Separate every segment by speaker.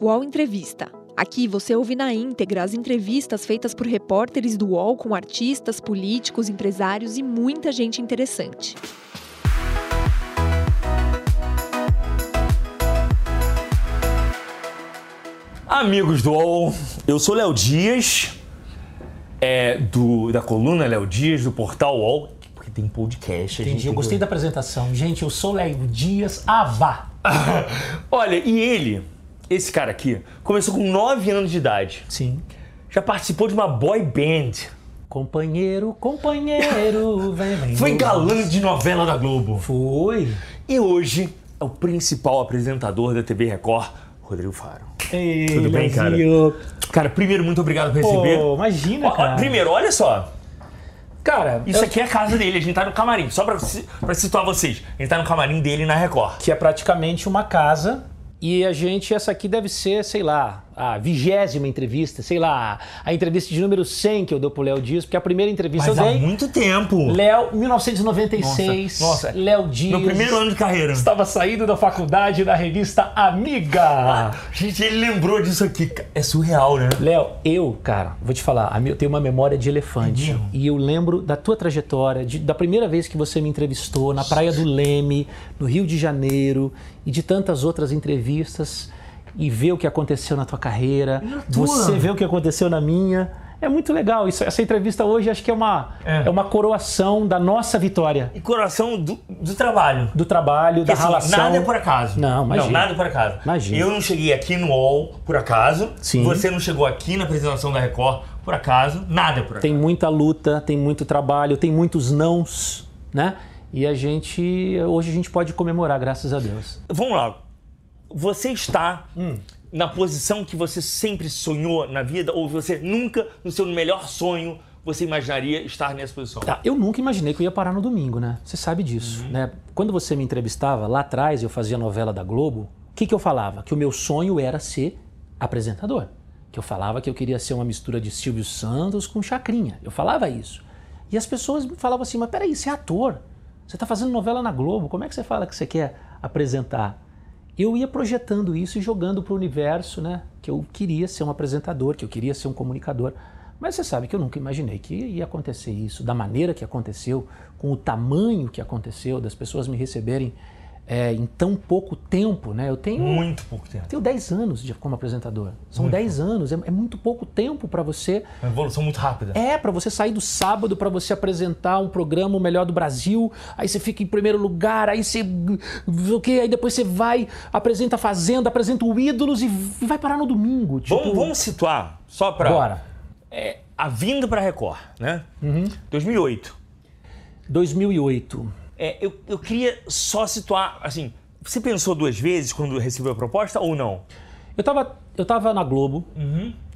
Speaker 1: UOL Entrevista. Aqui você ouve na íntegra as entrevistas feitas por repórteres do UOL com artistas, políticos, empresários e muita gente interessante.
Speaker 2: Amigos do UOL, eu sou Léo Dias, é, do, da coluna Léo Dias, do portal UOL, porque tem podcast. a gente
Speaker 3: Entendi, eu
Speaker 2: tem
Speaker 3: gostei da apresentação. Gente, eu sou Léo Dias Avá.
Speaker 2: Olha, e ele, esse cara aqui, começou com 9 anos de idade.
Speaker 3: Sim.
Speaker 2: Já participou de uma boy band.
Speaker 3: Companheiro, companheiro, vem, vem.
Speaker 2: Foi
Speaker 3: vem.
Speaker 2: galã de novela da Globo.
Speaker 3: Foi.
Speaker 2: E hoje é o principal apresentador da TV Record, Rodrigo Faro.
Speaker 3: Ei,
Speaker 2: Tudo bem, cara?
Speaker 3: Leozinho.
Speaker 2: Cara, primeiro, muito obrigado por receber.
Speaker 3: Pô, imagina,
Speaker 2: Ó, ó,
Speaker 3: cara.
Speaker 2: primeiro, olha só.
Speaker 3: Cara,
Speaker 2: Isso
Speaker 3: eu-
Speaker 2: aqui é a casa dele, a gente tá no camarim. Só pra, ci- pra situar vocês, a gente tá no camarim dele na Record.
Speaker 3: que é praticamente uma casa. E a gente, essa aqui deve ser, sei lá, a vigésima entrevista, sei lá, a entrevista de número 100 que eu dou pro Léo Dias, porque a primeira entrevista
Speaker 2: Mas
Speaker 3: eu
Speaker 2: há
Speaker 3: dei.
Speaker 2: muito tempo.
Speaker 3: Léo, 1996.
Speaker 2: Nossa, nossa.
Speaker 3: Léo Dias.
Speaker 2: Meu primeiro ano de carreira.
Speaker 3: Estava saindo da faculdade da revista Amiga.
Speaker 2: Gente, ele lembrou disso aqui. ca- É surreal, né?
Speaker 3: Léo, eu, cara, vou te falar, a minha- eu tenho uma memória de
Speaker 2: É
Speaker 3: elefante. e eu lembro da tua trajetória, de- da primeira vez que você me entrevistou na Praia do Leme, no Rio de Janeiro, e de tantas outras entrevistas, e ver o que aconteceu na tua carreira,
Speaker 2: tua?
Speaker 3: você ver o que aconteceu na minha. É muito legal. Isso, essa entrevista hoje acho que é uma,
Speaker 2: É.
Speaker 3: é. uma coroação da nossa vitória,
Speaker 2: E coração do, do trabalho.
Speaker 3: do trabalho,
Speaker 2: Porque,
Speaker 3: da
Speaker 2: assim,
Speaker 3: relação.
Speaker 2: Nada é por acaso.
Speaker 3: Não, imagina.
Speaker 2: Não, nada é por acaso.
Speaker 3: Imagina.
Speaker 2: Eu não cheguei aqui no UOL por acaso.
Speaker 3: Sim.
Speaker 2: Você não chegou aqui na apresentação da Record por acaso. Nada é por acaso.
Speaker 3: tem muita luta, tem muito trabalho, tem muitos nãos, né? E a gente hoje a gente pode comemorar, graças a Deus.
Speaker 2: Vamos lá. Você está
Speaker 3: Hum.
Speaker 2: na posição que você sempre sonhou na vida ou você nunca, no seu melhor sonho, você imaginaria estar nessa posição?
Speaker 3: Tá, eu nunca imaginei que eu ia parar no domingo, né? Você sabe disso, né? Quando você me entrevistava lá atrás, eu fazia novela da Globo, o que, que eu falava? Que o meu sonho era ser apresentador. Que eu falava que eu queria ser uma mistura de Silvio Santos com Chacrinha. Eu falava isso. E as pessoas me falavam assim, mas peraí, você é ator. Você está fazendo novela na Globo, como é que você fala que você quer apresentar? eu ia projetando isso e jogando para o universo, né? Que eu queria ser um apresentador, que eu queria ser um comunicador. Mas você sabe que eu nunca imaginei que ia acontecer isso, da maneira que aconteceu, com o tamanho que aconteceu, das pessoas me receberem é, em tão pouco tempo, né? Eu tenho
Speaker 2: Muito pouco tempo.
Speaker 3: tenho 10 anos de- como apresentador. São 10 anos, é, é muito pouco tempo para você
Speaker 2: Uma evolução muito rápida.
Speaker 3: é, pra você sair do sábado pra você apresentar um programa o melhor do Brasil, aí você fica em primeiro lugar, aí você o quê? Aí depois você vai, apresenta a Fazenda, apresenta o Ídolos e v- vai parar no domingo, tipo,
Speaker 2: Vamos, vamos situar, só pra.
Speaker 3: bora. Uhum.
Speaker 2: É, a vinda pra Record, né? 2008.
Speaker 3: 2008.
Speaker 2: É, eu, eu queria só situar, assim. Você pensou duas vezes quando recebeu a proposta ou não?
Speaker 3: Eu tava, eu tava na Globo,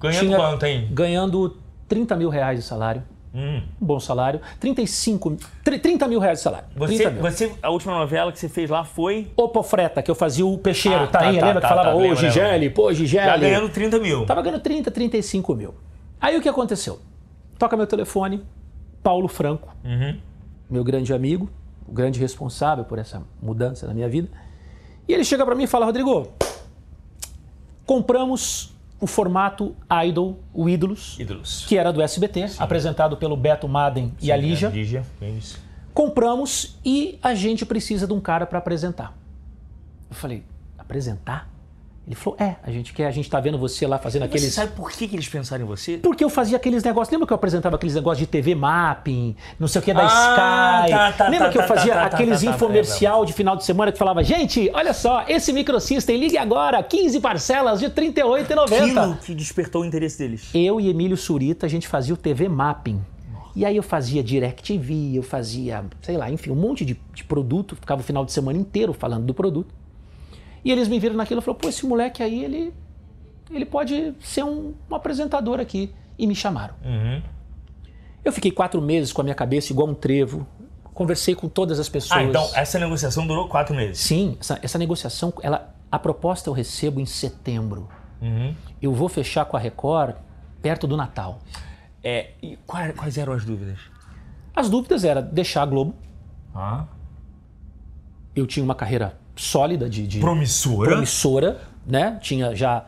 Speaker 2: Ganhando
Speaker 3: Tinha-
Speaker 2: quanto, hein?
Speaker 3: ganhando 30 mil reais de salário.
Speaker 2: Hum.
Speaker 3: Um bom salário. 35. tri- 30 mil reais de salário.
Speaker 2: Você,
Speaker 3: 30 mil.
Speaker 2: você, a última novela que você fez lá foi.
Speaker 3: Opofreta, que eu fazia o peixeiro,
Speaker 2: Ah,
Speaker 3: tá,
Speaker 2: tá,
Speaker 3: aí?
Speaker 2: tá,
Speaker 3: lembra
Speaker 2: tá,
Speaker 3: que
Speaker 2: tá,
Speaker 3: falava, ô,
Speaker 2: lembro,
Speaker 3: Gigeli, pô, Gigeli.
Speaker 2: Já ganhando 30 mil.
Speaker 3: Tava ganhando 30, 35 mil. Aí o que aconteceu? Toca meu telefone, Paulo Franco, meu grande amigo, o grande responsável por essa mudança na minha vida. E ele chega pra mim e fala: Rodrigo, compramos o formato Idol, o Ídolos,
Speaker 2: Ídolos.
Speaker 3: que era do SBT, apresentado pelo Beto Madden e a Lígia.
Speaker 2: Lígia, é isso.
Speaker 3: Compramos e a gente precisa de um cara pra apresentar. Eu falei: apresentar? Ele falou: é, a gente quer, a gente tá vendo você lá fazendo
Speaker 2: Você
Speaker 3: aqueles.
Speaker 2: sabe por que, que eles pensaram em você?
Speaker 3: Porque eu fazia aqueles negócios. Lembra que eu apresentava aqueles negócios de TV mapping, não sei o que da
Speaker 2: Ah,
Speaker 3: Sky?
Speaker 2: tá, tá,
Speaker 3: Lembra
Speaker 2: tá,
Speaker 3: que eu
Speaker 2: tá,
Speaker 3: fazia
Speaker 2: tá, tá,
Speaker 3: aqueles
Speaker 2: tá, tá,
Speaker 3: infomercial de final de semana que falava: gente, olha só, esse microsystem, ligue agora, 15 parcelas de R$ 38,90. tá.
Speaker 2: Aquilo que despertou o interesse deles.
Speaker 3: Eu e Emílio Surita, a gente fazia o TV mapping. E aí eu fazia DirecTV, eu fazia, sei lá, enfim, um monte de, de produto, ficava o final de semana inteiro falando do produto. E eles me viram naquilo e falaram, pô, esse moleque aí, ele, ele pode ser um, um apresentador aqui. E me chamaram.
Speaker 2: Uhum. Ah,
Speaker 3: Eu fiquei quatro meses com a minha cabeça igual um trevo. Conversei com todas as pessoas.
Speaker 2: Ah, então essa negociação durou quatro meses.
Speaker 3: Sim, essa, essa negociação, ela, a proposta eu recebo em setembro.
Speaker 2: Uhum.
Speaker 3: Eu vou fechar com a Record perto do Natal.
Speaker 2: É, e quais, quais eram as dúvidas?
Speaker 3: As dúvidas eram deixar a Globo.
Speaker 2: Ah.
Speaker 3: Eu tinha uma carreira sólida de, de
Speaker 2: Promissora.
Speaker 3: promissora, né? Tinha já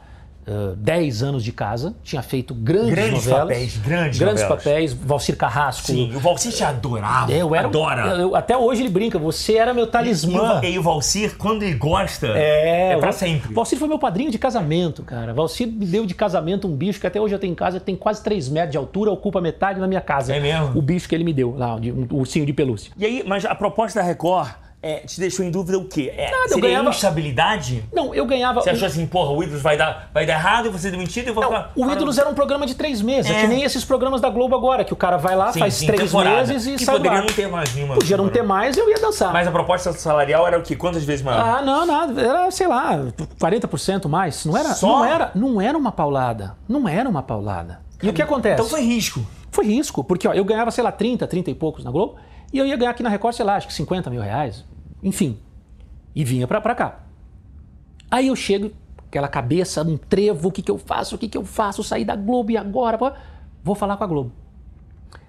Speaker 3: ah, 10 anos de casa, tinha feito grandes,
Speaker 2: Grandes
Speaker 3: novelas.
Speaker 2: papéis, grandes novelas.
Speaker 3: papéis, Valcir Carrasco.
Speaker 2: Sim, o Valsir te adorava.
Speaker 3: É, Eu era,
Speaker 2: adora.
Speaker 3: eu- eu- até hoje ele brinca, você era meu
Speaker 2: E
Speaker 3: talismã.
Speaker 2: o- E o Valsir, quando ele gosta,
Speaker 3: É,
Speaker 2: pra
Speaker 3: o-
Speaker 2: sempre.
Speaker 3: Valcir foi meu padrinho de casamento, cara. Valcir me deu de casamento um bicho que até hoje eu tenho em casa, que tem quase 3 metros de altura, ocupa metade da minha casa.
Speaker 2: É mesmo?
Speaker 3: O bicho que ele me deu lá, de- um ursinho de pelúcia.
Speaker 4: E aí, mas a proposta da Record é, te deixou em dúvida o quê? É,
Speaker 3: Nada, eu
Speaker 2: Seria
Speaker 3: ganhava-
Speaker 2: instabilidade?
Speaker 3: Não, eu ganhava. um-
Speaker 4: Você achou assim, porra, o Ídolos vai dar, vai dar errado, eu vou ser demitido, eu vou ficar...
Speaker 3: O Ídolos era um programa de três meses, é.
Speaker 2: É.
Speaker 3: que nem esses programas da Globo agora, que o cara vai lá,
Speaker 2: Sim,
Speaker 3: faz
Speaker 2: sim,
Speaker 3: três
Speaker 2: temporada.
Speaker 3: meses e
Speaker 2: que
Speaker 3: sai do
Speaker 2: poderia
Speaker 3: ar.
Speaker 2: não ter mais nenhuma.
Speaker 3: Podia não ter mais, eu ia dançar.
Speaker 4: Mas a proposta salarial era o quê? Quantas vezes maior?
Speaker 3: Ah, não, nada. Era, sei lá, 40% mais. Não era,
Speaker 2: Só?
Speaker 3: não era, não era uma paulada. Não era uma paulada. E o que acontece?
Speaker 2: Então foi risco.
Speaker 3: Foi risco, porque ó, eu ganhava, sei lá, 30, 30 e poucos na Globo, e eu ia ganhar aqui na Record, sei lá, acho que 50 mil reais, enfim. E vinha pra, pra cá. Aí eu chego, aquela cabeça, um trevo, o que, que eu faço, o que, que eu faço, sair da Globo e agora? pô? Vou falar com a Globo.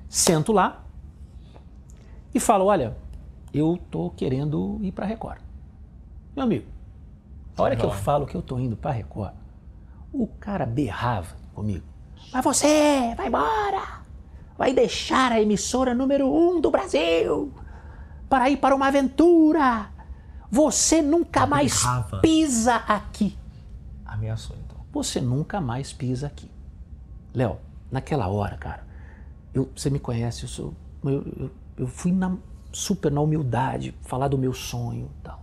Speaker 3: Sento lá e falo, olha, eu tô querendo ir pra Record. Meu amigo, a hora que eu falo que eu tô indo pra Record, o cara berrava comigo. Mas você vai embora! Vai deixar a emissora número um do Brasil para ir para uma aventura! Você nunca mais
Speaker 2: berrava.
Speaker 3: pisa aqui!
Speaker 2: Ameaçou, então.
Speaker 3: Você nunca mais pisa aqui. Léo, naquela hora, cara, eu- você me conhece, eu sou. Eu, eu- eu fui na- super na humildade falar do meu sonho e tal,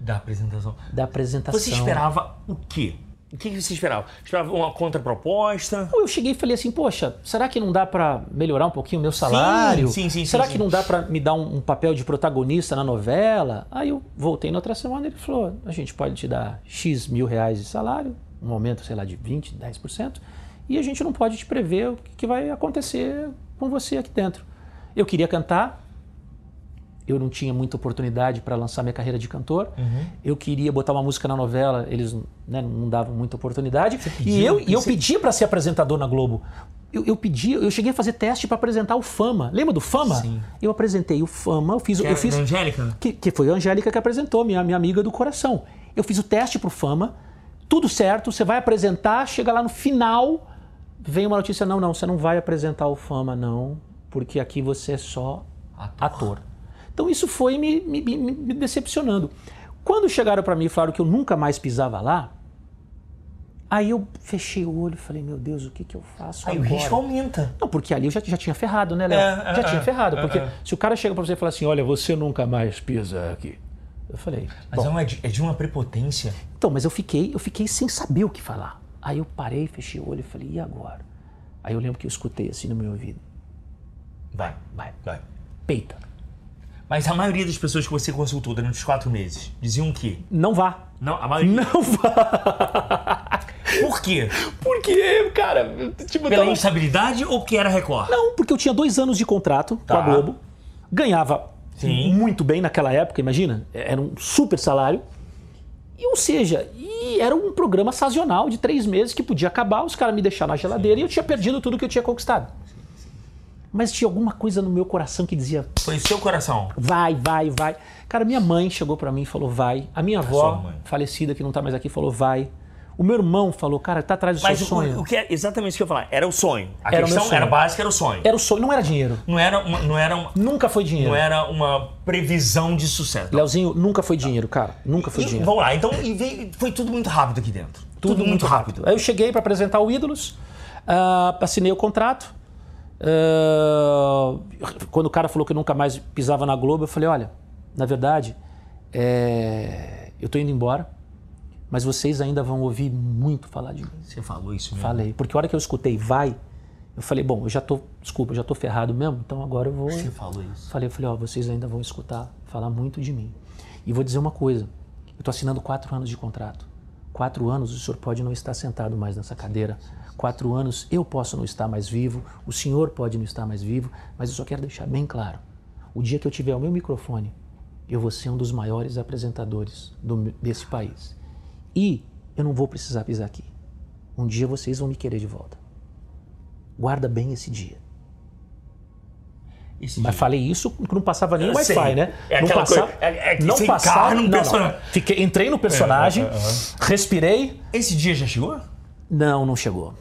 Speaker 2: Da apresentação.
Speaker 3: da apresentação.
Speaker 2: Você esperava o quê?
Speaker 4: O que que você esperava? Esperava uma contraproposta?
Speaker 3: Então eu cheguei e falei assim, poxa, será que não dá pra melhorar um pouquinho o meu salário?
Speaker 2: sim, sim,
Speaker 3: Será
Speaker 2: sim,
Speaker 3: que
Speaker 2: sim.
Speaker 3: não dá pra me dar um, um papel de protagonista na novela? Aí eu voltei na outra semana e ele falou, a gente pode te dar X mil reais de salário, um aumento, sei lá, de 20, 10%, e a gente não pode te prever o que que vai acontecer com você aqui dentro. Eu queria cantar, eu não tinha muita oportunidade para lançar minha carreira de cantor.
Speaker 2: Uhum.
Speaker 3: Eu queria botar uma música na novela, eles né, não davam muita oportunidade. e eu, e eu pedia para ser apresentador na Globo. Eu, eu pedi, eu cheguei a fazer teste para apresentar o Fama. Lembra do Fama?
Speaker 2: Sim.
Speaker 3: Eu apresentei o Fama, eu fiz,
Speaker 2: Que
Speaker 3: eu
Speaker 2: era
Speaker 3: fiz
Speaker 2: da Angélica?
Speaker 3: que, que foi a Angélica que apresentou, minha, minha amiga do coração. Eu fiz o teste pro Fama, tudo certo, você vai apresentar, chega lá no final, vem uma notícia, não, não, você não vai apresentar o Fama, não, porque aqui você é só ator. Então isso foi me, me- me- me decepcionando. Quando chegaram para mim e falaram que eu nunca mais pisava lá, aí eu fechei o olho e falei, meu Deus, o que, que eu faço
Speaker 2: Aí o
Speaker 3: agora?
Speaker 2: risco aumenta.
Speaker 3: Não, porque ali eu já, já tinha ferrado, né, Léo?
Speaker 2: É, é,
Speaker 3: já tinha
Speaker 2: é,
Speaker 3: ferrado.
Speaker 2: é,
Speaker 3: porque
Speaker 2: é.
Speaker 3: se o cara chega pra você e fala assim, olha, você nunca mais pisa aqui. Eu falei,
Speaker 2: Mas é, uma- é de uma prepotência.
Speaker 3: então, mas eu fiquei, eu fiquei sem saber o que falar. Aí eu parei, fechei o olho e falei, e agora? Aí eu lembro que eu escutei assim no meu ouvido,
Speaker 2: Vai,
Speaker 3: vai,
Speaker 2: vai.
Speaker 3: peita,
Speaker 2: Mas a maioria das pessoas que você consultou durante os quatro meses diziam o quê?
Speaker 3: não vá.
Speaker 2: Não, a maioria.
Speaker 3: Não vá.
Speaker 2: Por quê?
Speaker 3: Por quê, cara? Tipo,
Speaker 2: Pela
Speaker 3: tava-
Speaker 2: instabilidade ou porque era Record?
Speaker 3: Não, Então, porque eu tinha dois anos de contrato
Speaker 2: Tá.
Speaker 3: com a Globo, ganhava
Speaker 2: Sim.
Speaker 3: muito bem naquela época, imagina, era um super salário. E, ou seja, e era um programa sazonal de três meses que podia acabar, os caras me deixaram na geladeira e eu tinha perdido tudo que eu tinha conquistado. Mas tinha alguma coisa no meu coração que dizia,
Speaker 2: Foi o seu coração.
Speaker 3: vai, vai, vai. Cara, minha mãe chegou pra mim e falou, vai. A minha
Speaker 2: sua
Speaker 3: avó,
Speaker 2: mãe.
Speaker 3: falecida, que não tá mais aqui, falou, vai. O meu irmão falou, cara, tá atrás do
Speaker 4: Mas
Speaker 3: seu
Speaker 4: o,
Speaker 3: sonho.
Speaker 4: o que é exatamente isso que eu ia falar? Era o sonho. A
Speaker 3: Era o meu
Speaker 4: questão
Speaker 3: sonho. É.
Speaker 4: era básica, era o sonho.
Speaker 3: Era o sonho, não era dinheiro.
Speaker 2: Não era uma, não era uma,
Speaker 3: Nunca foi dinheiro.
Speaker 2: não era uma previsão de sucesso.
Speaker 3: Leozinho, nunca foi dinheiro, cara. Nunca foi
Speaker 2: E-
Speaker 3: dinheiro.
Speaker 2: vamos lá, então e veio- foi tudo muito rápido aqui dentro.
Speaker 3: Tudo, muito rápido. Aí eu cheguei para apresentar o Ídolos, ah, assinei o contrato. ah, quando o cara falou que eu nunca mais pisava na Globo, eu falei: olha, na verdade, é, eu tô indo embora, mas vocês ainda vão ouvir muito falar de mim.
Speaker 2: Você falou isso mesmo.
Speaker 3: Falei, porque a hora que eu escutei vai, eu falei: bom, eu já tô, desculpa, eu já tô ferrado mesmo, então agora eu vou.
Speaker 2: Você falou isso.
Speaker 3: Falei, eu falei, ó, vocês ainda vão escutar falar muito de mim. E vou dizer uma coisa, eu tô assinando quatro anos de contrato. Quatro anos o senhor pode não estar sentado mais nessa cadeira. Quatro anos eu posso não estar mais vivo, o senhor pode não estar mais vivo, mas eu só quero deixar bem claro. O dia que eu tiver o meu microfone, eu vou ser um dos maiores apresentadores do me- desse país. E eu não vou precisar pisar aqui. Um dia vocês vão me querer de volta. Guarda bem esse dia.
Speaker 2: Esse
Speaker 3: Mas
Speaker 2: dia.
Speaker 3: falei isso que não passava nem o
Speaker 2: Eu sei.
Speaker 3: Wi-Fi, né?
Speaker 2: É
Speaker 3: não
Speaker 2: aquela
Speaker 3: passava.
Speaker 2: coisa- é- é que
Speaker 3: não
Speaker 2: você
Speaker 3: passava.
Speaker 2: encarna um
Speaker 3: não, não.
Speaker 2: personagem.
Speaker 3: Fiquei, entrei no personagem,
Speaker 2: É, é, é,
Speaker 3: respirei.
Speaker 2: Esse dia já chegou?
Speaker 3: Não, não chegou.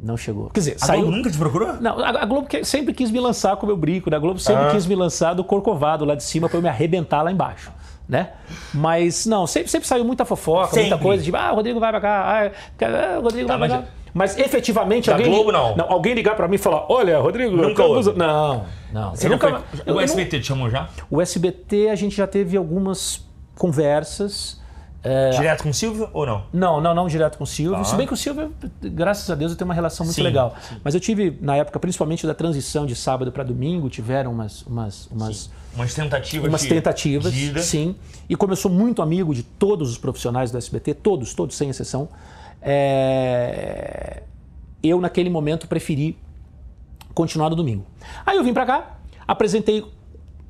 Speaker 3: Não chegou. Quer dizer,
Speaker 2: A
Speaker 3: saiu.
Speaker 2: Globo nunca te procurou?
Speaker 3: Não, a a Globo que- sempre quis me lançar com o meu brinco, né? A Globo
Speaker 2: Ah.
Speaker 3: sempre quis me lançar do corcovado lá de cima pra eu me arrebentar lá embaixo, né? Mas não, sempre, sempre saiu muita fofoca, muita
Speaker 2: Sempre. Tá,
Speaker 3: coisa, tipo, ah, o Rodrigo vai pra cá, ah, ah, o Rodrigo vai pra
Speaker 2: mas-
Speaker 3: cá. Mas efetivamente
Speaker 2: Da
Speaker 3: alguém.
Speaker 2: Globo, não.
Speaker 3: alguém ligar pra mim e falar: olha, Rodrigo, eu
Speaker 2: Nunca
Speaker 3: tô
Speaker 2: houve.
Speaker 3: abusando." Não, não.
Speaker 2: Você
Speaker 3: Eu
Speaker 2: nunca...
Speaker 3: nunca- eu- eu
Speaker 2: O
Speaker 3: não-
Speaker 2: SBT te chamou já?
Speaker 3: o SBT a gente já teve algumas conversas. é,
Speaker 2: Direto com o Silvio ou não?
Speaker 3: Não, não, não direto com o Silvio. Se bem que o Silvio, graças a Deus, eu tenho uma relação muito
Speaker 2: Tá. Sim,
Speaker 3: legal. Mas eu tive, na época, principalmente da transição de sábado para domingo, tiveram umas, umas, umas,
Speaker 2: Umas tentativas
Speaker 3: umas
Speaker 2: de-
Speaker 3: tentativas,
Speaker 2: Diga.
Speaker 3: sim. E como eu sou muito amigo de todos os profissionais do SBT, todos, todos, sem exceção, é, eu naquele momento preferi continuar no domingo. Aí eu vim pra cá, apresentei,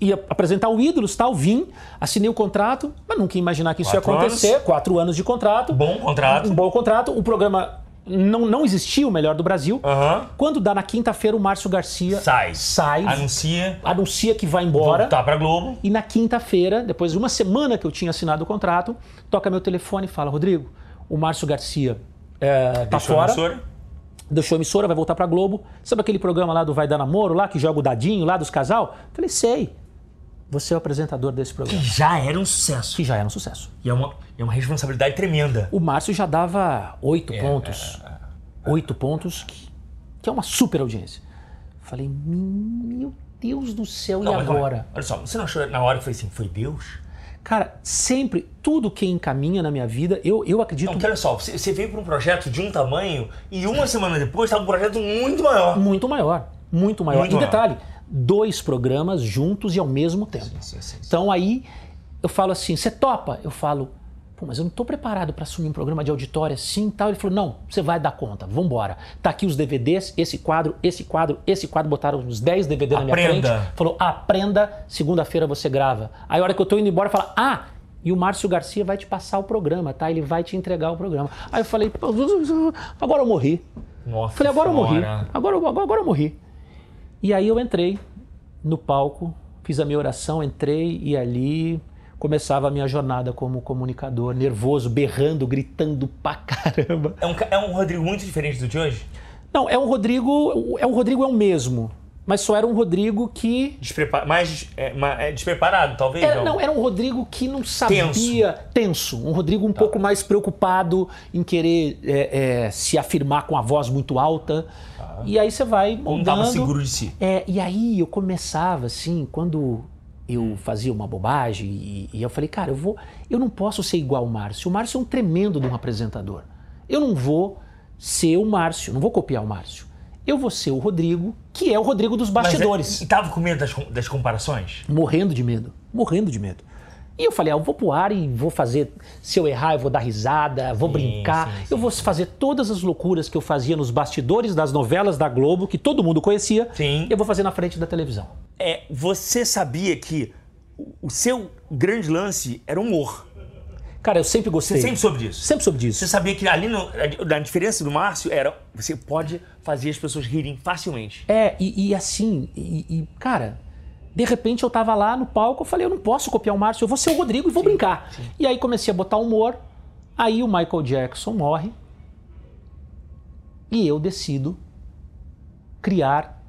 Speaker 3: ia apresentar o Ídolos, tal, vim, assinei o contrato, mas nunca ia imaginar que isso
Speaker 2: Quatro
Speaker 3: ia acontecer.
Speaker 2: anos.
Speaker 3: Quatro anos de contrato.
Speaker 2: Bom contrato.
Speaker 3: Um bom contrato. O programa não, não existia, o melhor do Brasil.
Speaker 2: Aham.
Speaker 3: Quando dá na quinta-feira, o Márcio Garcia
Speaker 2: Sai.
Speaker 3: sai,
Speaker 2: Anuncia.
Speaker 3: anuncia que vai embora.
Speaker 2: Tá pra Globo.
Speaker 3: E na quinta-feira, depois de uma semana que eu tinha assinado o contrato, toca meu telefone e fala: Rodrigo, o Márcio Garcia é, tá
Speaker 2: Deixou a
Speaker 3: fora,
Speaker 2: emissora.
Speaker 3: deixou a emissora, vai voltar pra Globo. Sabe aquele programa lá do Vai Dar Namoro, lá que joga o dadinho, lá dos casal? Falei: sei, você é o apresentador desse programa.
Speaker 2: Já era um sucesso.
Speaker 3: Que já era um sucesso.
Speaker 2: E é uma, é uma responsabilidade tremenda.
Speaker 3: O Márcio já dava oito
Speaker 2: É,
Speaker 3: pontos. Oito pontos, que, que é uma super audiência. Falei, meu Deus do céu,
Speaker 2: Não,
Speaker 3: e
Speaker 2: mas calma aí.
Speaker 3: agora?
Speaker 2: Olha só, você não achou na hora que foi assim, foi Deus?
Speaker 3: Cara, sempre, tudo que encaminha na minha vida, eu, eu acredito
Speaker 2: Não, porque olha só, você, você veio pra um projeto de um tamanho e uma semana depois tava um projeto muito maior.
Speaker 3: muito maior. Muito maior.
Speaker 2: Muito
Speaker 3: e
Speaker 2: maior.
Speaker 3: detalhe, dois programas juntos e ao mesmo tempo. Então aí eu falo assim, você topa? Eu falo, pô, mas eu não tô preparado para assumir um programa de auditório assim e tal. Ele falou, não, você vai dar conta, vambora. Tá aqui os DVDs, esse quadro, esse quadro, esse quadro, botaram uns 10 DVD na minha
Speaker 2: Aprenda.
Speaker 3: frente. Falou, aprenda, segunda-feira você grava. Aí a hora que eu tô indo embora, fala, ah, e o Márcio Garcia vai te passar o programa, tá? Ele vai te entregar o programa. Aí eu falei, pô, agora eu morri.
Speaker 2: Nossa
Speaker 3: Falei, agora eu morri.
Speaker 2: Senhora.
Speaker 3: Agora, eu- agora, agora eu morri. E aí eu entrei no palco, fiz a minha oração, entrei e ali começava a minha jornada como comunicador, nervoso, berrando, gritando pra caramba.
Speaker 2: É um, ca- é um Rodrigo muito diferente do de hoje?
Speaker 3: Não, é um Rodrigo, é um Rodrigo é o mesmo, mas só era um Rodrigo que
Speaker 2: Desprepa mais des- é, ma- é despreparado, talvez?
Speaker 3: Era, não, era um Rodrigo que não sabia. Tenso. Um Rodrigo um pouco mais preocupado em querer é, é, se afirmar com a voz muito alta. E aí você vai
Speaker 2: Não Um tava
Speaker 3: moldando.
Speaker 2: seguro de si.
Speaker 3: É, e aí eu começava assim, quando eu fazia uma bobagem e, e eu falei, cara, eu vou, eu não posso ser igual o Márcio. O Márcio é um tremendo de um apresentador. Eu não vou ser o Márcio, não vou copiar o Márcio. Eu vou ser o Rodrigo, que é o Rodrigo dos
Speaker 2: Mas é-
Speaker 3: bastidores
Speaker 2: E tava com medo das, com- das comparações?
Speaker 3: morrendo de medo, morrendo de medo. E eu falei, ah, eu vou pro ar e vou fazer, se eu errar, eu vou dar risada, vou brincar,
Speaker 2: sim,
Speaker 3: eu vou fazer todas as loucuras que eu fazia nos bastidores das novelas da Globo, que todo mundo conhecia,
Speaker 2: Sim.
Speaker 3: eu vou fazer na frente da televisão.
Speaker 2: É, você sabia que o- o seu grande lance era o humor.
Speaker 3: Cara, eu sempre gostei.
Speaker 2: Você sempre soube disso?
Speaker 3: Sempre soube disso.
Speaker 2: Você sabia que ali, no, na diferença do Márcio, era você pode fazer as pessoas rirem facilmente.
Speaker 3: É, e, e assim, e, e, cara, de repente eu tava lá no palco, eu falei, eu não posso copiar o Márcio, eu vou ser o Rodrigo e vou brincar. E aí comecei a botar humor, aí o Michael Jackson morre e eu decido criar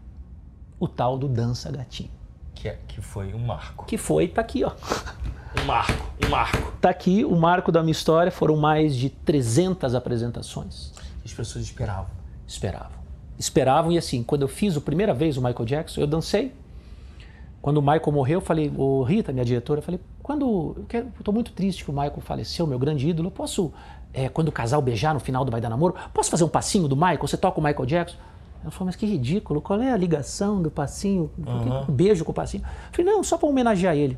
Speaker 3: o tal do Dança Gatinho.
Speaker 2: Que, é- que foi um marco.
Speaker 3: Que foi, tá aqui, ó.
Speaker 2: Um marco, um marco.
Speaker 3: Tá aqui o marco da minha história, foram mais de 300 apresentações.
Speaker 2: As pessoas esperavam.
Speaker 3: Esperavam. Esperavam e assim, quando eu fiz a primeira vez o Michael Jackson, eu dancei. Quando o Michael morreu, eu falei, ô Rita, minha diretora, eu falei, quando. Eu, quero, eu tô muito triste que o Michael faleceu, meu grande ídolo. Eu posso, é, quando o casal beijar no final do Vai Dar Namoro, posso fazer um passinho do Michael? Você toca o Michael Jackson? Ela falou, mas que ridículo, qual é a ligação do passinho? Um beijo com o passinho. Eu falei, não, só pra homenagear ele.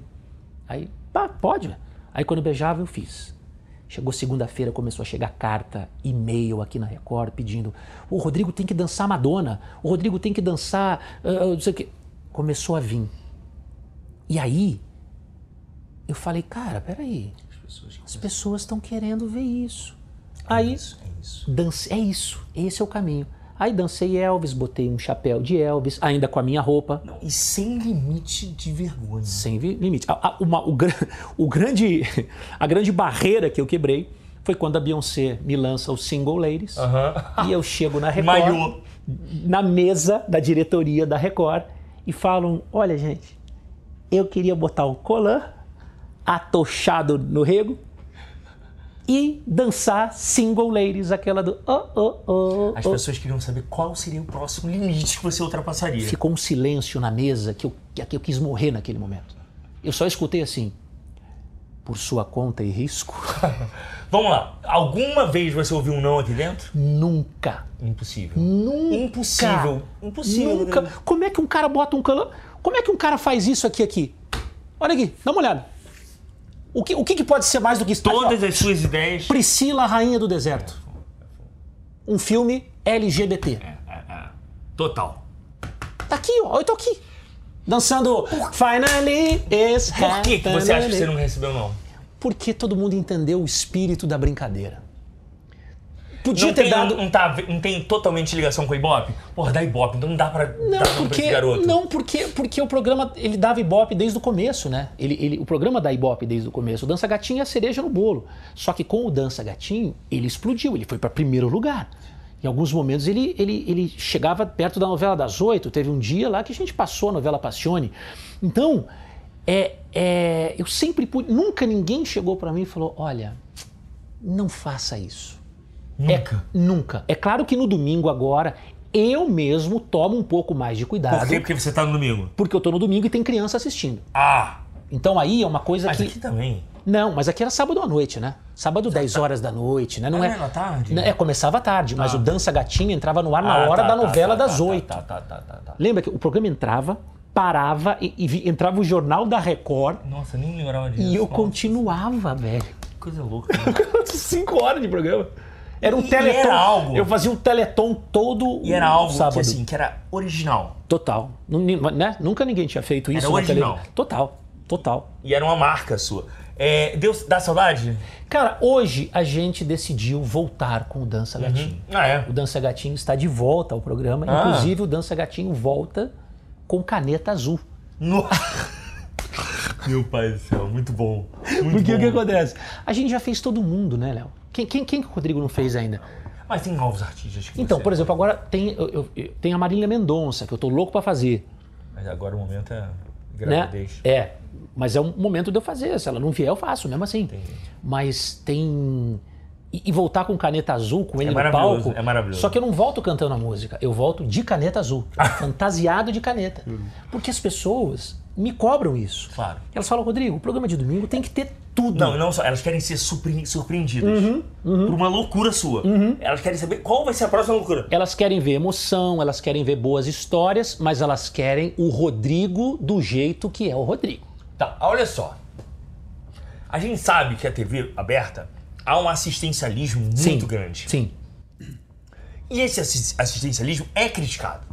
Speaker 3: Aí, pá, pode. velho. Aí quando eu beijava, eu fiz. Chegou segunda-feira, começou a chegar carta, e-mail aqui na Record pedindo: o Rodrigo tem que dançar Madonna, o Rodrigo tem que dançar. ah, ah, não sei o quê. Começou a vir. E aí, eu falei: cara, peraí,
Speaker 2: As pessoas
Speaker 3: as pessoas estão querendo ver isso. Aí,
Speaker 2: É isso.
Speaker 3: Dance, é isso, esse é o caminho. Aí dancei Elvis, botei um chapéu de Elvis, ainda com a minha roupa.
Speaker 2: Não, e sem limite de vergonha.
Speaker 3: Sem vi- limite. A, a- uma- o, gran- o grande, a grande barreira que eu quebrei foi quando a Beyoncé me lança o Single Ladies
Speaker 2: Aham.
Speaker 3: e eu chego na Record,
Speaker 2: Maiô.
Speaker 3: na mesa da diretoria da Record e falam: olha, gente, eu queria botar o colan atochado no rego e dançar Single Ladies, aquela do oh, oh, oh,
Speaker 2: As
Speaker 3: oh.
Speaker 2: pessoas queriam saber qual seria o próximo limite que você ultrapassaria.
Speaker 3: Ficou um silêncio na mesa que eu, que eu quis morrer naquele momento. Eu só escutei assim, por sua conta e risco,
Speaker 2: Vamos lá. Alguma vez você ouviu um não aqui dentro?
Speaker 3: nunca.
Speaker 2: Impossível.
Speaker 3: Nunca.
Speaker 2: Impossível. Impossível. né?
Speaker 3: Nunca. Como é que um cara bota um cano? Como é que um cara faz isso aqui aqui? Olha aqui, dá uma olhada. O que, o que, que pode ser mais do que isso?
Speaker 2: Todas
Speaker 3: Aqui, ó.
Speaker 2: as suas ideias.
Speaker 3: Priscila, a Rainha do Deserto. Um filme LGBT.
Speaker 2: É. Total.
Speaker 3: Tá aqui, ó. Eu tô aqui. Dançando Finally is
Speaker 2: Por que, que você acha que você
Speaker 3: Happening.
Speaker 2: não recebeu um não?
Speaker 3: Porque todo mundo entendeu o espírito da brincadeira. Podia
Speaker 2: Não
Speaker 3: ter
Speaker 2: tem,
Speaker 3: dado.
Speaker 2: não, tá- não tem totalmente ligação com o Ibope? Porra, dá Ibope, então não dá pra
Speaker 3: Não,
Speaker 2: dar pra esse
Speaker 3: porque,
Speaker 2: garoto.
Speaker 3: não porque, porque o programa ele dava Ibope desde o começo, né? Ele, ele, o programa dá Ibope desde o começo. O Dança Gatinho é a cereja no bolo. Só que com o Dança Gatinho, ele explodiu, ele foi para primeiro lugar. Em alguns momentos ele, ele, ele chegava perto da novela das oito. Teve um dia lá que a gente passou a novela Passione. Então, é, é, eu sempre pude. Nunca ninguém chegou para mim e falou: olha, não faça isso.
Speaker 2: Nunca.
Speaker 3: É, nunca. É claro que no domingo agora. Eu mesmo tomo um pouco mais de cuidado
Speaker 2: Por quê? Porque você tá no domingo.
Speaker 3: porque eu tô no domingo e tem criança assistindo.
Speaker 2: Ah,
Speaker 3: Então aí é uma coisa
Speaker 2: mas
Speaker 3: que.
Speaker 2: aqui também.
Speaker 3: Não, mas aqui era sábado à noite, né? Sábado, 10 horas da noite, né? Não
Speaker 2: Ah,
Speaker 3: é.
Speaker 2: não tá. era tarde? Tá.
Speaker 3: Não, É, começava à tarde, mas o Dança Gatinho entrava no ar na
Speaker 2: Ah,
Speaker 3: hora
Speaker 2: tá, tá,
Speaker 3: da novela
Speaker 2: tá,
Speaker 3: das
Speaker 2: tá,
Speaker 3: oito.
Speaker 2: Tá, tá, tá, tá, tá.
Speaker 3: Lembra que o programa entrava, parava e, e vi- entrava o jornal da Record
Speaker 2: Nossa, nem lembrava disso.
Speaker 3: e eu
Speaker 2: Nossa,
Speaker 3: continuava, velho.
Speaker 2: que coisa louca. né?
Speaker 3: Cinco horas de programa. Era um
Speaker 2: E- e
Speaker 3: teleton.
Speaker 2: era algo.
Speaker 3: Eu fazia um teleton todo
Speaker 2: E era algo
Speaker 3: sábado.
Speaker 2: que, assim, que era original.
Speaker 3: Total. Nun- né? Nunca ninguém tinha feito isso na
Speaker 2: original.
Speaker 3: televisão. Total, total.
Speaker 2: E era uma marca sua. É, deu, dá saudade?
Speaker 3: Cara, hoje a gente decidiu voltar com o Dança Gatinho.
Speaker 2: Ah, é.
Speaker 3: O Dança Gatinho está de volta ao programa.
Speaker 2: Ah.
Speaker 3: Inclusive, o Dança Gatinho volta com caneta azul.
Speaker 2: No- Meu pai do céu, muito bom. Muito
Speaker 3: Porque o que
Speaker 2: bom.
Speaker 3: acontece? A gente já fez todo mundo, né, Léo? Quem, quem, quem que o Rodrigo não fez ainda?
Speaker 2: Mas tem novos artistas que
Speaker 3: Então,
Speaker 2: você-
Speaker 3: por exemplo, agora tem, eu- eu- eu- tem a Marília Mendonça, que eu tô louco pra fazer.
Speaker 2: Mas agora o momento é
Speaker 3: né?
Speaker 2: gravidez.
Speaker 3: É, mas é um momento de eu fazer. Se ela não vier, eu faço, mesmo assim. Mas tem. E, e voltar com caneta azul, com ele no
Speaker 2: maravilhoso,
Speaker 3: palco.
Speaker 2: é maravilhoso.
Speaker 3: Só que eu não volto cantando a música, eu volto de caneta azul, fantasiado de caneta.
Speaker 2: Uhum.
Speaker 3: Porque as pessoas me cobram isso.
Speaker 2: Claro.
Speaker 3: Elas falam, Rodrigo, o programa de domingo tem que ter tudo.
Speaker 2: Não, e não só, elas querem ser surpre- surpreendidas
Speaker 3: Uhum,
Speaker 2: por uma loucura sua. Elas querem saber qual vai ser a próxima loucura.
Speaker 3: Elas querem ver emoção, elas querem ver boas histórias, mas elas querem o Rodrigo do jeito que é o Rodrigo.
Speaker 2: Tá, olha só. A gente sabe que a TV aberta há um assistencialismo muito grande.
Speaker 3: Sim.
Speaker 2: E esse assis- assistencialismo é criticado.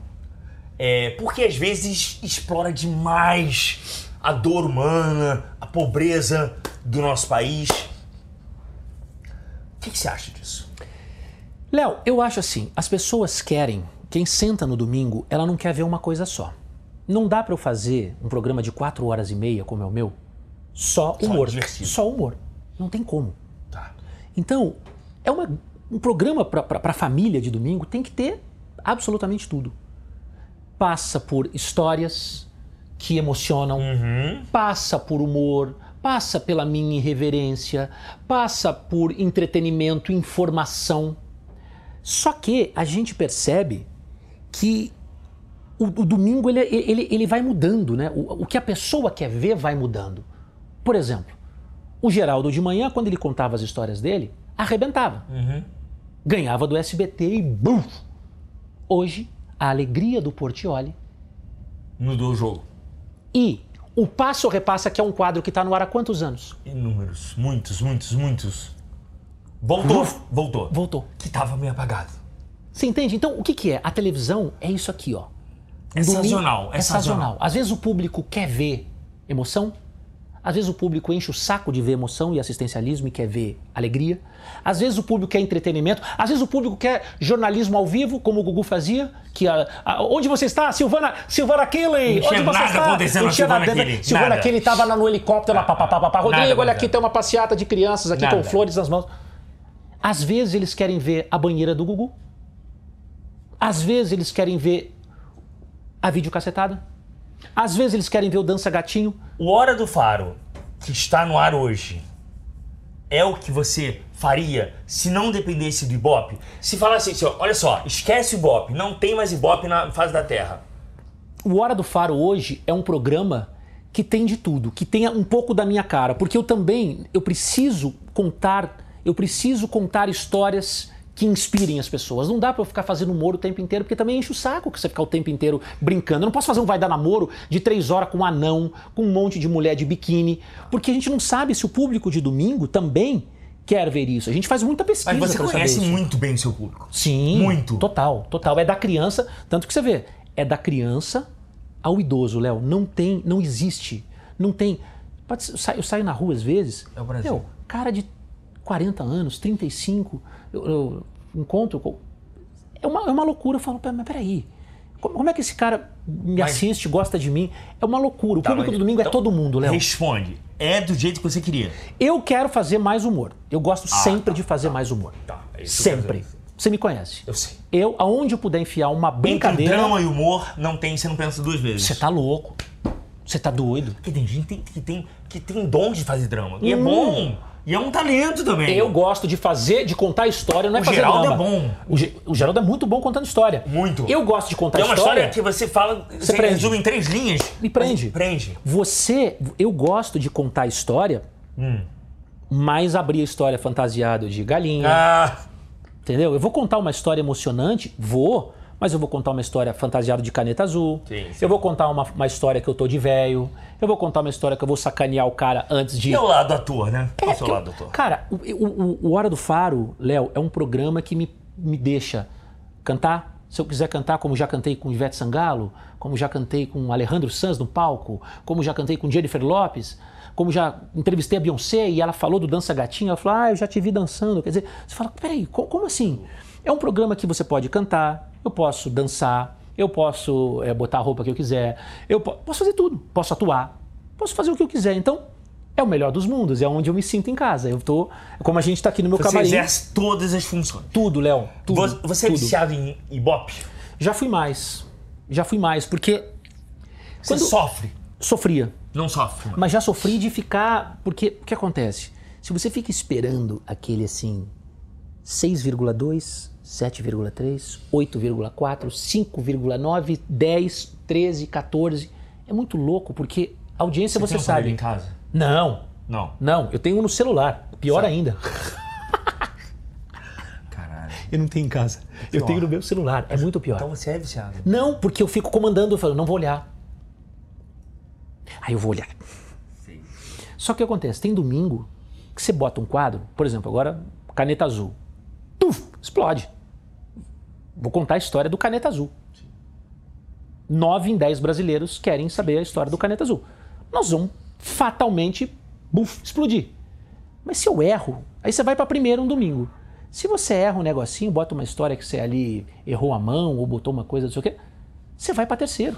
Speaker 2: É, porque às vezes explora demais a dor humana, a pobreza do nosso país. O que, que você acha disso?
Speaker 3: Léo, eu acho assim, as pessoas querem, quem senta no domingo, ela não quer ver uma coisa só. Não dá pra eu fazer um programa de quatro horas e meia, como é o meu, só humor.
Speaker 2: divertido.
Speaker 3: Só humor. Não tem como.
Speaker 2: Tá.
Speaker 3: Então, é uma- um programa para família de domingo tem que ter absolutamente tudo. Passa por histórias que emocionam, passa por humor, passa pela minha irreverência, passa por entretenimento, informação. Só que a gente percebe que o, o domingo ele, é, ele, ele vai mudando, né? O, o que a pessoa quer ver vai mudando. Por exemplo, o Geraldo de manhã, quando ele contava as histórias dele, arrebentava. Ganhava do SBT e bum! Hoje, a alegria do Portioli
Speaker 2: Mudou o jogo.
Speaker 3: e o Passo ou Repassa, que é um quadro que está no ar há quantos anos?
Speaker 2: Inúmeros, muitos, muitos, muitos. Voltou, voltou.
Speaker 3: Voltou.
Speaker 2: Que tava meio apagado.
Speaker 3: Você entende? Então, o que, que é? A televisão é isso aqui, ó.
Speaker 2: É
Speaker 3: Domingo-
Speaker 2: sazonal, é, sazonal.
Speaker 3: Às vezes o público quer ver emoção, às vezes o público enche o saco de ver emoção e assistencialismo e quer ver alegria, às vezes o público quer entretenimento, às vezes o público quer jornalismo ao vivo, como o Gugu fazia, que a- a- onde você está, Silvana, Silvana Kelly,
Speaker 2: Não tinha
Speaker 3: onde você
Speaker 2: nada
Speaker 3: está?
Speaker 2: acontecendo
Speaker 3: Não
Speaker 2: na
Speaker 3: tinha
Speaker 2: Silvana
Speaker 3: nada.
Speaker 2: Kelly,
Speaker 3: Silvana
Speaker 2: nada.
Speaker 3: Kelly estava no helicóptero, lá, pá, pá, pá, pá, pá.
Speaker 2: Nada
Speaker 3: Rodrigo, olha aqui,
Speaker 2: acontecendo.
Speaker 3: tem uma passeata de crianças aqui
Speaker 2: Nada.
Speaker 3: com flores nas mãos. Às vezes eles querem ver a banheira do Gugu. Às vezes eles querem ver a videocacetada. Às vezes eles querem ver o Dança Gatinho.
Speaker 2: O Hora do Faro, que está no ar hoje, é o que você faria se não dependesse do Ibope? Se falasse assim, ó, olha só, esquece o Ibope, não tem mais Ibope na face da Terra.
Speaker 3: O Hora do Faro hoje é um programa que tem de tudo, que tem um pouco da minha cara, porque eu também eu preciso contar, eu preciso contar histórias que inspirem as pessoas. Não dá pra eu ficar fazendo humor o tempo inteiro, porque também enche o saco que você ficar o tempo inteiro brincando. Eu não posso fazer um vai dar namoro de três horas com um anão, com um monte de mulher de biquíni, porque a gente não sabe se o público de domingo também quer ver isso. A gente faz muita pesquisa.
Speaker 2: Mas você
Speaker 3: pra saber
Speaker 2: conhece
Speaker 3: isso.
Speaker 2: muito bem o seu público.
Speaker 3: Sim.
Speaker 2: Muito.
Speaker 3: Total, total. É da criança, tanto que você vê, é da criança ao idoso, Léo. Não tem, não existe. Não tem. Pode ser- Eu saio, eu saio na rua às vezes.
Speaker 2: É o Brasil.
Speaker 3: Meu, cara de 40 anos, 35, eu, eu encontro. com- É uma, é uma loucura. Eu falo, "Pera- mas peraí. Como, como é que esse cara me
Speaker 2: Mas-
Speaker 3: assiste, gosta de mim? É uma loucura. O
Speaker 2: Tá,
Speaker 3: público
Speaker 2: mas-
Speaker 3: do domingo é
Speaker 2: então,
Speaker 3: todo mundo, Léo.
Speaker 2: Responde. É do jeito que você queria.
Speaker 3: Eu quero fazer mais humor. Eu gosto sempre de fazer mais humor.
Speaker 2: Ah, Tá, é isso que eu quero
Speaker 3: Sempre.
Speaker 2: dizer.
Speaker 3: Você me conhece.
Speaker 2: Eu sei.
Speaker 3: Eu, aonde eu puder enfiar uma
Speaker 2: Entre
Speaker 3: brincadeira.
Speaker 2: drama e humor, não tem, você não pensa duas vezes.
Speaker 3: Você tá louco. Você tá doido.
Speaker 2: Porque tem gente que tem, que tem, que tem dom de fazer drama. E é bom. E é um talento também.
Speaker 3: Hum. Eu gosto de fazer, de contar história, não é
Speaker 2: O
Speaker 3: fazer
Speaker 2: Geraldo
Speaker 3: drama.
Speaker 2: é bom.
Speaker 3: O, Ge- o Geraldo é muito bom contando história.
Speaker 2: Muito.
Speaker 3: Eu gosto de contar
Speaker 2: É uma
Speaker 3: história.
Speaker 2: história que você fala, você,
Speaker 3: prende.
Speaker 2: resume em três linhas.
Speaker 3: E prende.
Speaker 2: Prende.
Speaker 3: Você, eu gosto de contar história,
Speaker 2: Hum.
Speaker 3: mas abrir a história fantasiado de galinha,
Speaker 2: Ah,
Speaker 3: entendeu? Eu vou contar uma história emocionante, vou, mas eu vou contar uma história fantasiado de caneta azul.
Speaker 2: Sim, sim.
Speaker 3: Eu vou contar uma, uma história que eu tô de velho. Eu vou contar uma história que eu vou sacanear o cara antes de
Speaker 2: e é o lado ator, né? É, o seu
Speaker 3: que eu-
Speaker 2: lado ator.
Speaker 3: Cara, o, o- o- o Hora do Faro, Léo, é um programa que me, me deixa cantar. Se eu quiser cantar, como já cantei com Ivete Sangalo, como já cantei com Alejandro Sanz no palco, como já cantei com Jennifer Lopes, como já entrevistei a Beyoncé e ela falou do Dança Gatinha, ela falou, ah, eu já te vi dançando. Quer dizer, você fala, peraí, co- como assim? É um programa que você pode cantar, eu posso dançar, eu posso eh, botar a roupa que eu quiser, eu po- posso fazer tudo, posso atuar, posso fazer o que eu quiser. Então, é o melhor dos mundos, é onde eu me sinto em casa. Eu tô, como a gente tá aqui no meu
Speaker 2: Você
Speaker 3: camarim,
Speaker 2: exerce todas as funções.
Speaker 3: tudo, Léo, tudo.
Speaker 2: Vo- você é
Speaker 3: tudo.
Speaker 2: viciado em ibope?
Speaker 3: Já fui mais. Já fui mais, porque
Speaker 2: Você
Speaker 3: Quando-
Speaker 2: sofre?
Speaker 3: sofria,
Speaker 2: Não sofre. mano.
Speaker 3: mas já sofri de ficar, porque o que acontece? Se você fica esperando aquele assim 6,2, 7,3, 8,4, 5,9, 10, 13, 14, é muito louco porque a audiência você,
Speaker 2: tem um aparelho
Speaker 3: sabe.
Speaker 2: em casa?
Speaker 3: Não.
Speaker 2: Não.
Speaker 3: Não, eu tenho um no celular, pior ainda.
Speaker 2: Caralho.
Speaker 3: Eu não tenho em casa. Eu tenho no meu celular. É muito pior.
Speaker 2: Então você é viciado.
Speaker 3: Não, porque eu fico comandando, eu falo, não vou olhar. Aí eu vou olhar. Só que o que acontece? Tem domingo que você bota um quadro, por exemplo, agora, caneta azul. Tuf, explode. Vou contar a história do caneta azul. Nove em dez brasileiros querem saber a história do caneta azul. Nós vamos fatalmente buf, explodir. Mas se eu erro, aí você vai pra primeira um domingo. Se você erra um negocinho, bota uma história que você ali errou a mão ou botou uma coisa, não sei o quê, você vai pra terceiro.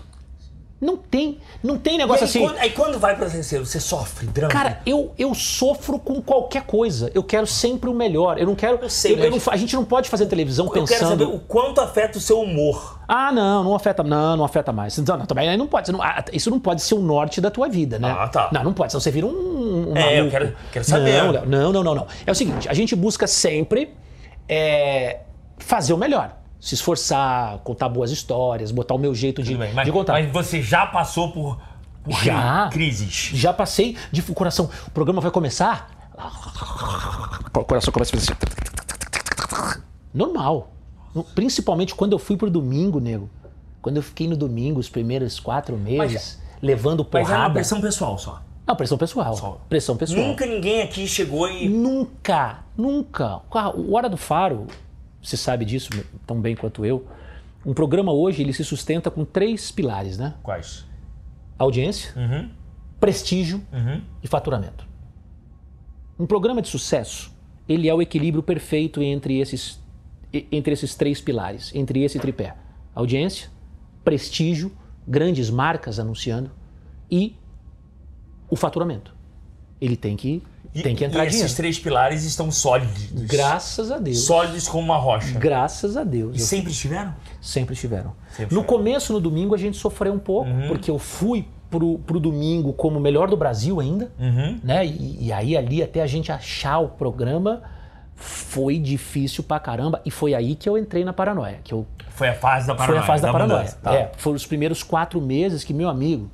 Speaker 3: Não tem, não tem
Speaker 2: E aí,
Speaker 3: negócio assim.
Speaker 2: quando, aí quando vai pra terceiro, você sofre drama?
Speaker 3: Cara, eu, eu sofro com qualquer coisa. Eu quero sempre o melhor. Eu não quero.
Speaker 2: Eu sei,
Speaker 3: eu- eu
Speaker 2: mas-
Speaker 3: não fa- a gente não pode fazer televisão
Speaker 2: eu quero saber
Speaker 3: pensando.
Speaker 2: o quanto afeta o seu humor.
Speaker 3: Ah, não, não afeta. Não, não afeta mais. Não, não, também aí não pode. você não- ah, isso não pode ser o norte da tua vida, né?
Speaker 2: Ah, tá.
Speaker 3: Não, não pode. Senão você vira um. um
Speaker 2: É, eu
Speaker 3: maluco.
Speaker 2: quero- quero saber.
Speaker 3: Não, Léo, não, não, não, não. É o seguinte: a gente busca sempre é, fazer o melhor. Se esforçar, contar boas histórias, botar o meu jeito de,
Speaker 2: Tudo bem, mas,
Speaker 3: de contar.
Speaker 2: mas você já passou por, por
Speaker 3: Já.
Speaker 2: crises.
Speaker 3: Já passei de o coração. O programa vai começar. O coração começa a fazer assim. Normal. No- Principalmente quando eu fui pro domingo, nego. Quando eu fiquei no domingo, os primeiros quatro meses, levando
Speaker 2: Mas é uma
Speaker 3: porrada.
Speaker 2: pressão pessoal só.
Speaker 3: Não, pressão pessoal.
Speaker 2: Só.
Speaker 3: Pressão pessoal.
Speaker 2: Nunca ninguém aqui chegou e.
Speaker 3: Nunca, nunca. Cara, O Hora do Faro, você sabe disso tão bem quanto eu. Um programa hoje, ele se sustenta com três pilares, né?
Speaker 2: Quais?
Speaker 3: Audiência,
Speaker 2: Uhum.
Speaker 3: prestígio
Speaker 2: Uhum.
Speaker 3: e faturamento. Um programa de sucesso, ele é o equilíbrio perfeito entre esses, e- entre esses três pilares, entre esse tripé. Audiência, prestígio, grandes marcas anunciando e o faturamento. Ele tem que
Speaker 2: E-
Speaker 3: Tem que entrar
Speaker 2: e esses
Speaker 3: dinheiro.
Speaker 2: três pilares estão sólidos.
Speaker 3: Graças a Deus.
Speaker 2: Sólidos como uma rocha.
Speaker 3: Graças a Deus.
Speaker 2: E sempre estiveram?
Speaker 3: Sempre estiveram.
Speaker 2: Sempre Uhum.
Speaker 3: no começo, no domingo, a gente sofreu um pouco, porque eu fui pro, pro domingo como o melhor do Brasil ainda,
Speaker 2: Uhum.
Speaker 3: né? E, e aí ali até a gente achar o programa foi difícil pra caramba. E foi aí que eu entrei na paranoia, que eu
Speaker 2: Foi a fase da paranoia.
Speaker 3: foi a fase da, paranoia.
Speaker 2: mudança, tá.
Speaker 3: É, foram os primeiros quatro meses que, meu amigo,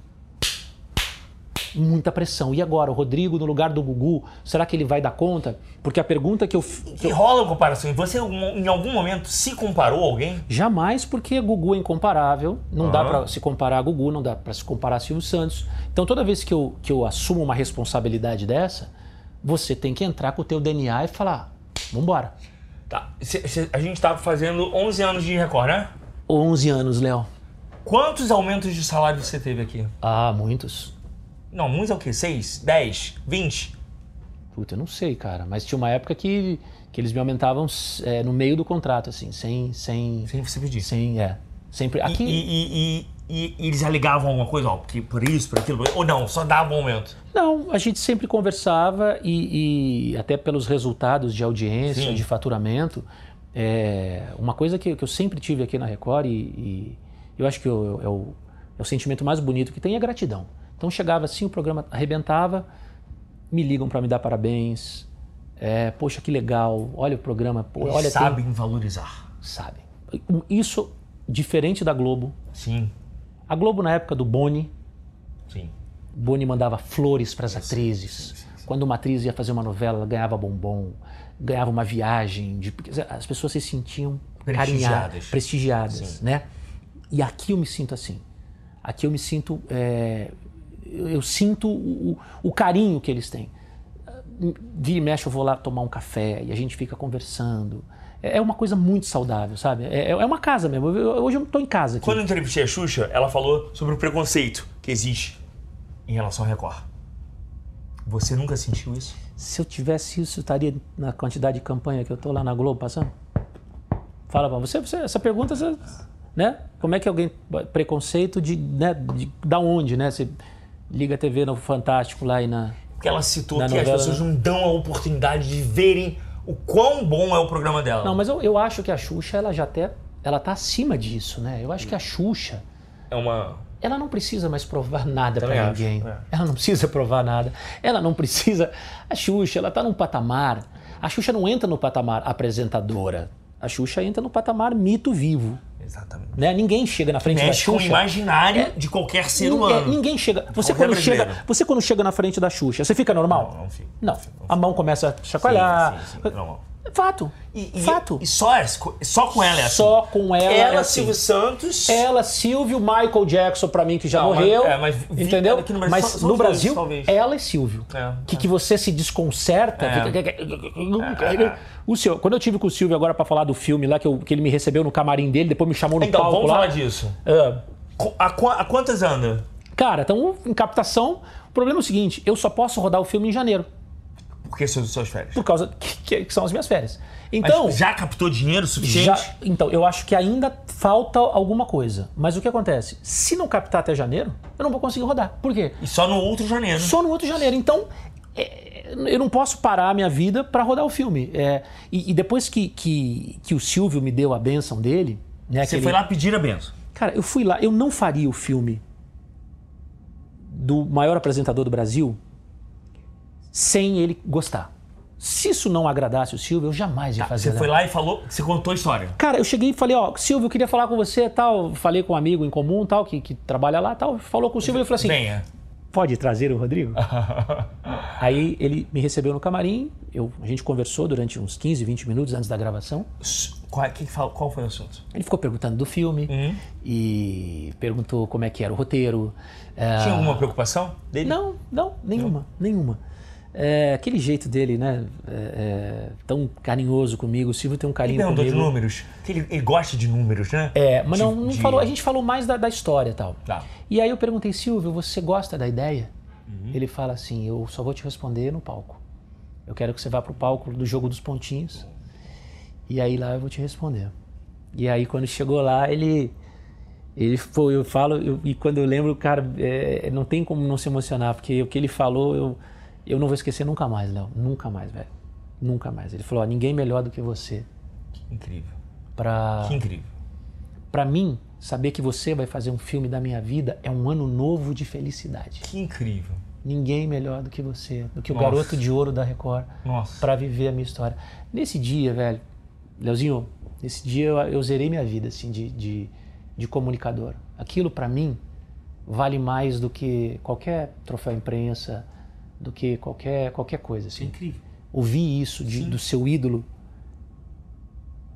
Speaker 3: muita pressão. E agora, o Rodrigo no lugar do Gugu, será que ele vai dar conta? Porque a pergunta que eu. f- que
Speaker 2: E
Speaker 3: eu-
Speaker 2: rola uma comparação. E Você, em algum momento, se comparou a alguém?
Speaker 3: Jamais, porque Gugu é incomparável, não dá
Speaker 2: Aham.
Speaker 3: pra se comparar a Gugu, não dá pra se comparar a Silvio Santos. Então, toda vez que eu, que eu assumo uma responsabilidade dessa, você tem que entrar com o teu DNA e falar, vambora.
Speaker 2: Tá. Cê- cê- a gente tava fazendo 11 anos de Record, né?
Speaker 3: 11 anos, Léo.
Speaker 2: Quantos aumentos de salário você teve aqui?
Speaker 3: Ah, muitos.
Speaker 2: Não, muitos é o quê? 6? 10? 20?
Speaker 3: Puta, eu não sei, cara. Mas tinha uma época que, que eles me aumentavam é, no meio do contrato, assim, sem. Sem,
Speaker 2: Sem você pedir.
Speaker 3: sem é. Sempre.
Speaker 2: E,
Speaker 3: Aqui.
Speaker 2: e- e- e- e eles alegavam alguma coisa, ó, porque por isso, por aquilo, ou não, só dava um aumento.
Speaker 3: Não, a gente sempre conversava e, e até pelos resultados de audiência,
Speaker 2: Sim.
Speaker 3: de faturamento. é, uma coisa que, que eu sempre tive aqui na Record e, e eu acho que eu- eu- é o, é o sentimento mais bonito que tem é gratidão. Então chegava assim, o programa arrebentava, me ligam para me dar parabéns. é, poxa, que legal, olha o programa, pô,
Speaker 2: Eles
Speaker 3: olha tem-
Speaker 2: sabem valorizar.
Speaker 3: sabem. Isso diferente da Globo.
Speaker 2: Sim,
Speaker 3: A Globo na época do Boni,
Speaker 2: sim.
Speaker 3: Boni mandava flores para as atrizes. Quando uma atriz ia fazer uma novela, ela ganhava bombom, ganhava uma viagem, de- quer dizer, as pessoas se sentiam
Speaker 2: Prestigiadas.
Speaker 3: carinhadas, prestigiadas, né? E aqui eu me sinto assim. Aqui eu me sinto, é, eu, eu sinto o, o- o carinho que eles têm. Vira e mexe, eu vou lá tomar um café e a gente fica conversando. É é uma coisa muito saudável, sabe? É, é uma casa mesmo. Eu- eu- hoje eu estou em casa aqui.
Speaker 2: Quando eu entrevistei a Xuxa, ela falou sobre o preconceito que existe em relação ao Record. Você nunca sentiu isso?
Speaker 3: Se eu tivesse isso, eu estaria na quantidade de campanha que eu tô lá na Globo passando? Fala pra você, você- essa pergunta, você- né? Como é que alguém preconceito de, né, de- da onde, né? Você liga a TV no Fantástico lá e na
Speaker 2: Porque ela citou
Speaker 3: Na
Speaker 2: que
Speaker 3: novela, né?
Speaker 2: as pessoas não dão a oportunidade de verem o quão bom é o programa dela.
Speaker 3: Não, mas eu, eu acho que a Xuxa ela já até ela tá acima disso, né? Eu acho que a Xuxa
Speaker 2: É uma.
Speaker 3: ela não precisa mais provar nada
Speaker 2: Também
Speaker 3: pra
Speaker 2: acho,
Speaker 3: ninguém.
Speaker 2: é.
Speaker 3: Ela não precisa provar nada. Ela não precisa. A Xuxa, ela tá num patamar. A Xuxa não entra no patamar apresentadora. A Xuxa entra no patamar mito vivo.
Speaker 2: Exatamente.
Speaker 3: Né? Ninguém chega na frente da
Speaker 2: Mexe com o
Speaker 3: Xuxa. é
Speaker 2: imaginário de qualquer ser
Speaker 3: Ninguém-
Speaker 2: humano.
Speaker 3: Ninguém chega. Você
Speaker 2: Qualquer
Speaker 3: quando chega,
Speaker 2: brasileiro.
Speaker 3: você quando chega na frente da Xuxa, você fica normal?
Speaker 2: Não, não fica.
Speaker 3: Não.
Speaker 2: Não fica, não
Speaker 3: A mão começa a chacoalhar.
Speaker 2: Sim, sim, sim, normal.
Speaker 3: Fato.
Speaker 2: E, e-
Speaker 3: Fato.
Speaker 2: e só, as co- só com ela é assim.
Speaker 3: Só com ela.
Speaker 2: Ela,
Speaker 3: é assim.
Speaker 2: Silvio Santos.
Speaker 3: Ela, Silvio, Michael Jackson, pra mim, que já
Speaker 2: Não, mas-
Speaker 3: morreu.
Speaker 2: é, mas vi-
Speaker 3: entendeu?
Speaker 2: aqui no Brasil,
Speaker 3: mas
Speaker 2: só- só
Speaker 3: no
Speaker 2: os dois,
Speaker 3: Brasil,
Speaker 2: talvez.
Speaker 3: ela e Silvio.
Speaker 2: É,
Speaker 3: que,
Speaker 2: é.
Speaker 3: que você se desconcerta.
Speaker 2: é,
Speaker 3: fica- O senhor, quando eu tive com o Silvio agora pra falar do filme lá, que, eu- que ele me recebeu no camarim dele, depois me chamou no
Speaker 2: Então,
Speaker 3: palco
Speaker 2: vamos
Speaker 3: é um lá.
Speaker 2: falar disso.
Speaker 3: Ah,
Speaker 2: Co- A, qua- a quantas anda?
Speaker 3: cara, então, em captação, o problema é o seguinte: eu só posso rodar o filme em janeiro,
Speaker 2: Porque são suas férias.
Speaker 3: por causa que, que- que são as minhas férias.
Speaker 2: Mas
Speaker 3: Então.
Speaker 2: já captou dinheiro suficiente?
Speaker 3: Já- então, eu acho que ainda falta alguma coisa. Mas o que acontece? Se não captar até janeiro, eu não vou conseguir rodar. Por quê?
Speaker 2: E só no outro janeiro.
Speaker 3: Só no outro janeiro. Então, é, eu não posso parar a minha vida para rodar o filme. É, e, e depois que, que, que o Silvio me deu a benção dele, né?
Speaker 2: Você
Speaker 3: aquele-
Speaker 2: foi lá pedir a benção.
Speaker 3: Cara, eu fui lá, eu não faria o filme do maior apresentador do Brasil sem ele gostar. Se isso não agradasse o Silvio, eu jamais ia fazer.
Speaker 2: Tá, Você foi lá e falou, você contou a história.
Speaker 3: Cara, eu cheguei e falei, ó, Silvio, eu queria falar com você, tal. Falei com um amigo em comum, tal, que, que trabalha lá, tal. Falou com o Silvio, ele falou assim,
Speaker 2: Venha.
Speaker 3: pode trazer o Rodrigo? Aí ele me recebeu no camarim, eu, a gente conversou durante uns 15, 20 minutos antes da gravação.
Speaker 2: Qual, que fala- qual foi o assunto?
Speaker 3: Ele ficou perguntando do filme
Speaker 2: Uhum.
Speaker 3: e perguntou como é que era o roteiro. É,
Speaker 2: Tinha alguma preocupação dele?
Speaker 3: Não, não, nenhuma, nenhuma. É, aquele jeito dele, né? é, é, tão carinhoso comigo. O Silvio tem um
Speaker 2: Ele
Speaker 3: carinho
Speaker 2: perguntou de
Speaker 3: comigo.
Speaker 2: números. Que ele, ele gosta de números, né?
Speaker 3: É, mas não,
Speaker 2: De-
Speaker 3: não
Speaker 2: de-
Speaker 3: falou, a gente falou mais da, da história e tal.
Speaker 2: Tá.
Speaker 3: E aí eu perguntei, Silvio, você gosta da ideia? Ele fala assim, eu só vou te responder no palco. Eu quero que você vá pro palco do jogo dos pontinhos. E aí lá eu vou te responder. E aí quando chegou lá, ele. Ele foi, eu falo, eu- e quando eu lembro, cara, é, não tem como não se emocionar, porque o que ele falou, eu, Eu não vou esquecer nunca mais, Léo. Nunca mais, velho. Nunca mais. Ele falou: ó, ninguém melhor do que você
Speaker 2: Incrível.
Speaker 3: pra
Speaker 2: Que incrível.
Speaker 3: para mim, saber que você vai fazer um filme da minha vida é um ano novo de felicidade.
Speaker 2: Que incrível.
Speaker 3: Ninguém melhor do que você, do que o
Speaker 2: Nossa.
Speaker 3: garoto de ouro da Record,
Speaker 2: Nossa.
Speaker 3: pra viver a minha história. Nesse dia, velho, Leozinho, nesse dia eu, eu zerei minha vida, assim, de, de, de comunicador. Aquilo, pra mim, vale mais do que qualquer troféu imprensa, do que qualquer, qualquer coisa, assim
Speaker 2: Incrível.
Speaker 3: ouvir isso de- do seu ídolo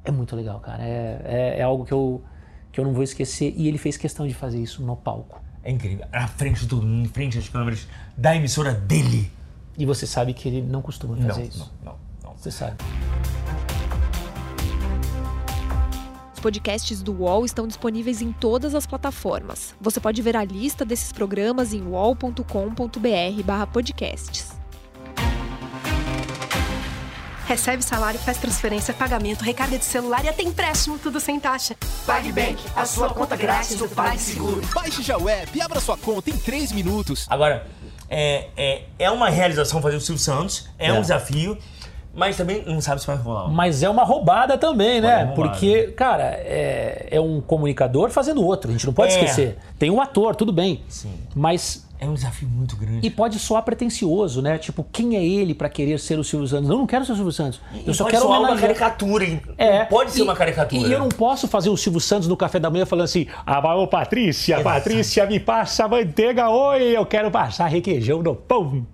Speaker 3: é muito legal, cara. É, é, é algo que eu, que eu não vou esquecer. E ele fez questão de fazer isso no palco.
Speaker 2: É incrível. Na frente de todo mundo, em frente às câmeras, da emissora dele.
Speaker 3: E você sabe que ele não costuma
Speaker 2: Não,
Speaker 3: fazer isso.
Speaker 2: não, não, não.
Speaker 3: Você sabe.
Speaker 1: Os podcasts do UOL estão disponíveis em todas as plataformas. Você pode ver a lista desses programas em uol.com.br/podcasts.
Speaker 5: Recebe salário, faz transferência, pagamento, recarga de celular e até empréstimo, tudo sem taxa.
Speaker 6: PagBank, a sua conta grátis do PagSeguro.
Speaker 7: Baixe já o app e abra sua conta em 3 minutos.
Speaker 2: Agora, é, é, é uma realização fazer o Silvio Santos, é,
Speaker 3: É.
Speaker 2: um desafio, mas também não sabe se vai rolar.
Speaker 3: Mas é uma roubada também, né?
Speaker 2: é roubada.
Speaker 3: Porque, cara, é, é um comunicador fazendo outro. A gente não pode
Speaker 2: É.
Speaker 3: esquecer. Tem um ator, tudo bem.
Speaker 2: Sim.
Speaker 3: Mas
Speaker 2: É um desafio muito grande.
Speaker 3: E pode soar pretencioso, né? Tipo, quem é ele pra querer ser o Silvio Santos? Eu não quero ser o Silvio Santos. Eu
Speaker 2: E
Speaker 3: só
Speaker 2: pode
Speaker 3: quero
Speaker 2: soar uma
Speaker 3: homenagear-
Speaker 2: caricatura. hein?
Speaker 3: É,
Speaker 2: Não pode ser
Speaker 3: e-
Speaker 2: uma caricatura.
Speaker 3: E eu não posso fazer o Silvio Santos no café da manhã falando assim: ah, ô Patrícia, Patrícia, me passa manteiga, oi, eu quero passar requeijão no pão.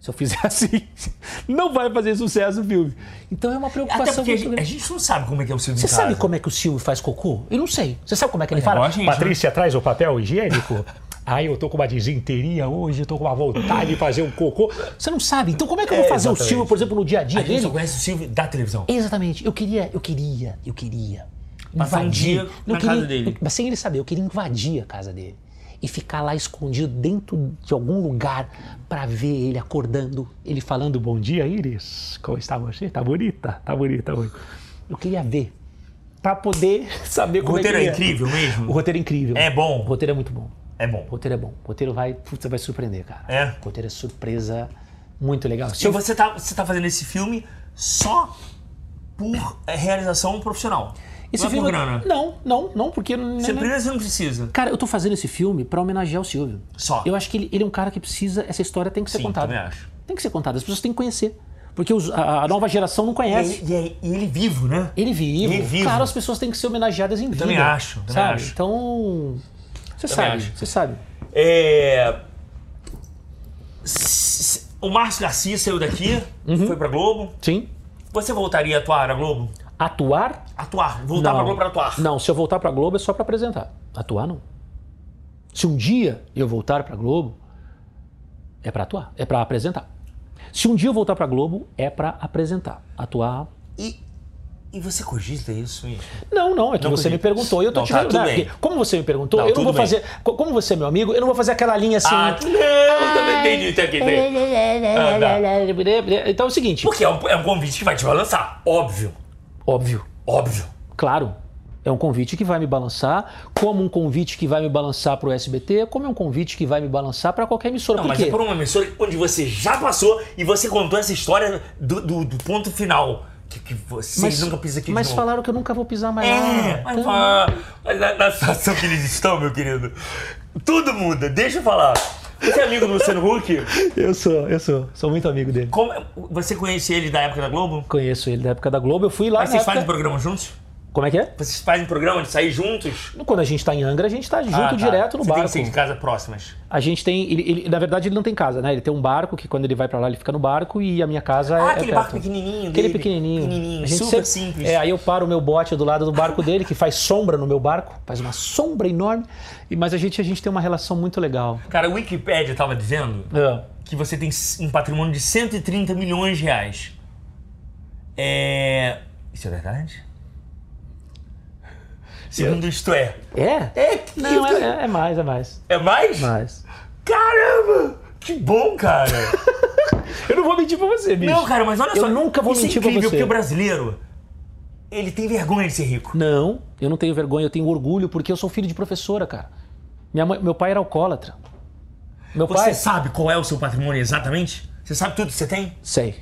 Speaker 3: Se eu fizer assim, não vai fazer sucesso o filme. Então é uma
Speaker 2: Até
Speaker 3: preocupação
Speaker 2: porque a
Speaker 3: muito
Speaker 2: gente, a
Speaker 3: grande.
Speaker 2: gente não sabe como é que é o Silvio
Speaker 3: Você
Speaker 2: em casa.
Speaker 3: sabe como é que o Silvio faz cocô? Eu não sei. Você sabe como é que ele fala?
Speaker 2: a gente, né?
Speaker 3: Patrícia, traz o papel higiênico. Ai, eu tô com uma disenteria hoje, eu tô com uma vontade de fazer um cocô. Você não sabe. Então como é que eu vou
Speaker 2: É,
Speaker 3: fazer o
Speaker 2: exatamente.
Speaker 3: Silvio, por exemplo, no dia a dia
Speaker 2: A gente
Speaker 3: é dele?
Speaker 2: só conhece o Silvio da televisão.
Speaker 3: Exatamente. Eu queria, eu queria, eu queria
Speaker 2: Passar um
Speaker 3: invadir.
Speaker 2: dia na
Speaker 3: queria,
Speaker 2: casa dele.
Speaker 3: Mas sem ele saber, eu queria invadir a casa dele e ficar lá escondido dentro de algum lugar pra ver ele acordando, ele falando bom dia, Iris. Como está você? Tá bonita? Tá bonita hoje. Eu queria ver Pra poder saber
Speaker 2: O
Speaker 3: como
Speaker 2: roteiro
Speaker 3: é que
Speaker 2: é
Speaker 3: ele
Speaker 2: incrível mesmo?
Speaker 3: O roteiro é incrível.
Speaker 2: É bom?
Speaker 3: O roteiro é muito bom.
Speaker 2: É bom.
Speaker 3: O roteiro é bom. O roteiro vai, putz, vai surpreender, cara.
Speaker 2: É?
Speaker 3: O roteiro é surpresa muito legal. Se
Speaker 2: Se
Speaker 3: eu-
Speaker 2: você tá, você tá fazendo esse filme só por é, realização profissional. não é por grana.
Speaker 3: Não, não, não, porque não-
Speaker 2: Você
Speaker 3: não-
Speaker 2: precisa, você não precisa.
Speaker 3: Cara, eu tô fazendo esse filme pra homenagear o Silvio.
Speaker 2: Só.
Speaker 3: Eu acho que ele, ele é um cara que precisa. Essa história tem que ser
Speaker 2: Sim,
Speaker 3: contada.
Speaker 2: também acho.
Speaker 3: Tem que ser contada. As pessoas têm que conhecer. Porque os- a, a nova geração
Speaker 2: E,
Speaker 3: não conhece.
Speaker 2: e- e- e ele vivo, né?
Speaker 3: Ele vivo.
Speaker 2: Ele vivo.
Speaker 3: Claro, as pessoas têm que ser homenageadas em vida.
Speaker 2: também acho, também
Speaker 3: sabe?
Speaker 2: acho.
Speaker 3: Então. Você
Speaker 2: Também
Speaker 3: sabe,
Speaker 2: acho.
Speaker 3: você sabe.
Speaker 2: É. s- O Márcio Garcia saiu daqui,
Speaker 3: Uhum.
Speaker 2: foi pra Globo.
Speaker 3: Sim.
Speaker 2: Você voltaria a atuar na Globo?
Speaker 3: Atuar.
Speaker 2: Atuar, voltar
Speaker 3: não.
Speaker 2: pra Globo pra atuar.
Speaker 3: Não, se eu voltar pra Globo é só pra apresentar. Atuar não. Se um dia eu voltar pra Globo, é pra atuar, é pra apresentar. Se um dia eu voltar pra Globo, é pra apresentar. Atuar
Speaker 2: E, e você cogita isso mesmo?
Speaker 3: Não, não, é que
Speaker 2: Não
Speaker 3: você me
Speaker 2: acredito.
Speaker 3: perguntou e eu tô
Speaker 2: Não,
Speaker 3: te
Speaker 2: tá,
Speaker 3: ajudando.
Speaker 2: tudo bem.
Speaker 3: porque Como você me perguntou,
Speaker 2: Não,
Speaker 3: eu não
Speaker 2: tudo
Speaker 3: vou
Speaker 2: bem.
Speaker 3: fazer. co- Como você é meu amigo, eu não vou fazer aquela linha assim. né,
Speaker 2: Ah, não, também entendi, entendi, entendi.
Speaker 3: é, Então é o seguinte,
Speaker 2: né? Porque é um, é um convite que vai te balançar, óbvio,
Speaker 3: óbvio,
Speaker 2: óbvio.
Speaker 3: claro. É um convite que vai me balançar, como um convite que vai me balançar pro SBT, como é um convite que vai me balançar pra qualquer emissora.
Speaker 2: Não,
Speaker 3: Por
Speaker 2: mas
Speaker 3: quê?
Speaker 2: é por uma emissora onde você já passou e você contou essa história do, do- do ponto final. Que, que você nunca pisa aqui
Speaker 3: mas
Speaker 2: de novo.
Speaker 3: falaram que eu nunca vou pisar mais lá.
Speaker 2: É, mas,
Speaker 3: Então-
Speaker 2: ah, mas na, na situação que eles estão, meu querido, tudo muda. Deixa eu falar. Você é amigo do Luciano Huck?
Speaker 3: Eu sou, eu sou. Sou muito amigo dele.
Speaker 2: Como, você conhece ele da época da Globo?
Speaker 3: Conheço ele da época da Globo, eu fui lá.
Speaker 2: Mas
Speaker 3: na
Speaker 2: vocês
Speaker 3: época-
Speaker 2: fazem programa juntos?
Speaker 3: Como é que é?
Speaker 2: Vocês fazem programa de sair juntos?
Speaker 3: Quando a gente tá em Angra, a gente tá junto
Speaker 2: Ah, tá.
Speaker 3: direto no
Speaker 2: Você Tem
Speaker 3: barco.
Speaker 2: que ser de casa próximas.
Speaker 3: A gente tem. Ele, ele- na verdade, ele não tem casa, né? Ele tem um barco que quando ele vai pra lá, ele fica no barco e a minha casa é.
Speaker 2: Ah,
Speaker 3: é
Speaker 2: aquele
Speaker 3: perto.
Speaker 2: barco pequenininho
Speaker 3: Aquele
Speaker 2: dele.
Speaker 3: pequenininho.
Speaker 2: Pequenininho,
Speaker 3: A gente
Speaker 2: super
Speaker 3: sempre-
Speaker 2: simples.
Speaker 3: É, aí eu paro o meu bote do lado do barco dele, que faz sombra no meu barco, faz uma sombra enorme. E, mas a gente, a gente tem uma relação muito legal.
Speaker 2: Cara, o Wikipedia tava dizendo que você tem um patrimônio de 130 milhões de reais. É. Isso é verdade? Segundo isto é.
Speaker 3: É?
Speaker 2: É, que-
Speaker 3: Não, é, é- é mais, é mais.
Speaker 2: é mais?
Speaker 3: Mais.
Speaker 2: Caramba! Que bom, cara!
Speaker 3: Eu não vou mentir pra você, bicho.
Speaker 2: Não, cara, mas olha
Speaker 3: Eu
Speaker 2: só.
Speaker 3: nunca vou
Speaker 2: isso
Speaker 3: mentir
Speaker 2: é
Speaker 3: pra
Speaker 2: incrível,
Speaker 3: você.
Speaker 2: porque o brasileiro, ele tem vergonha de ser rico.
Speaker 3: Não, eu não tenho vergonha, eu tenho orgulho, porque eu sou filho de professora, cara. Minha mãe- meu pai era alcoólatra. Meu
Speaker 2: Você
Speaker 3: pai.
Speaker 2: sabe qual é o seu patrimônio exatamente? Você sabe tudo que você tem?
Speaker 3: Sei.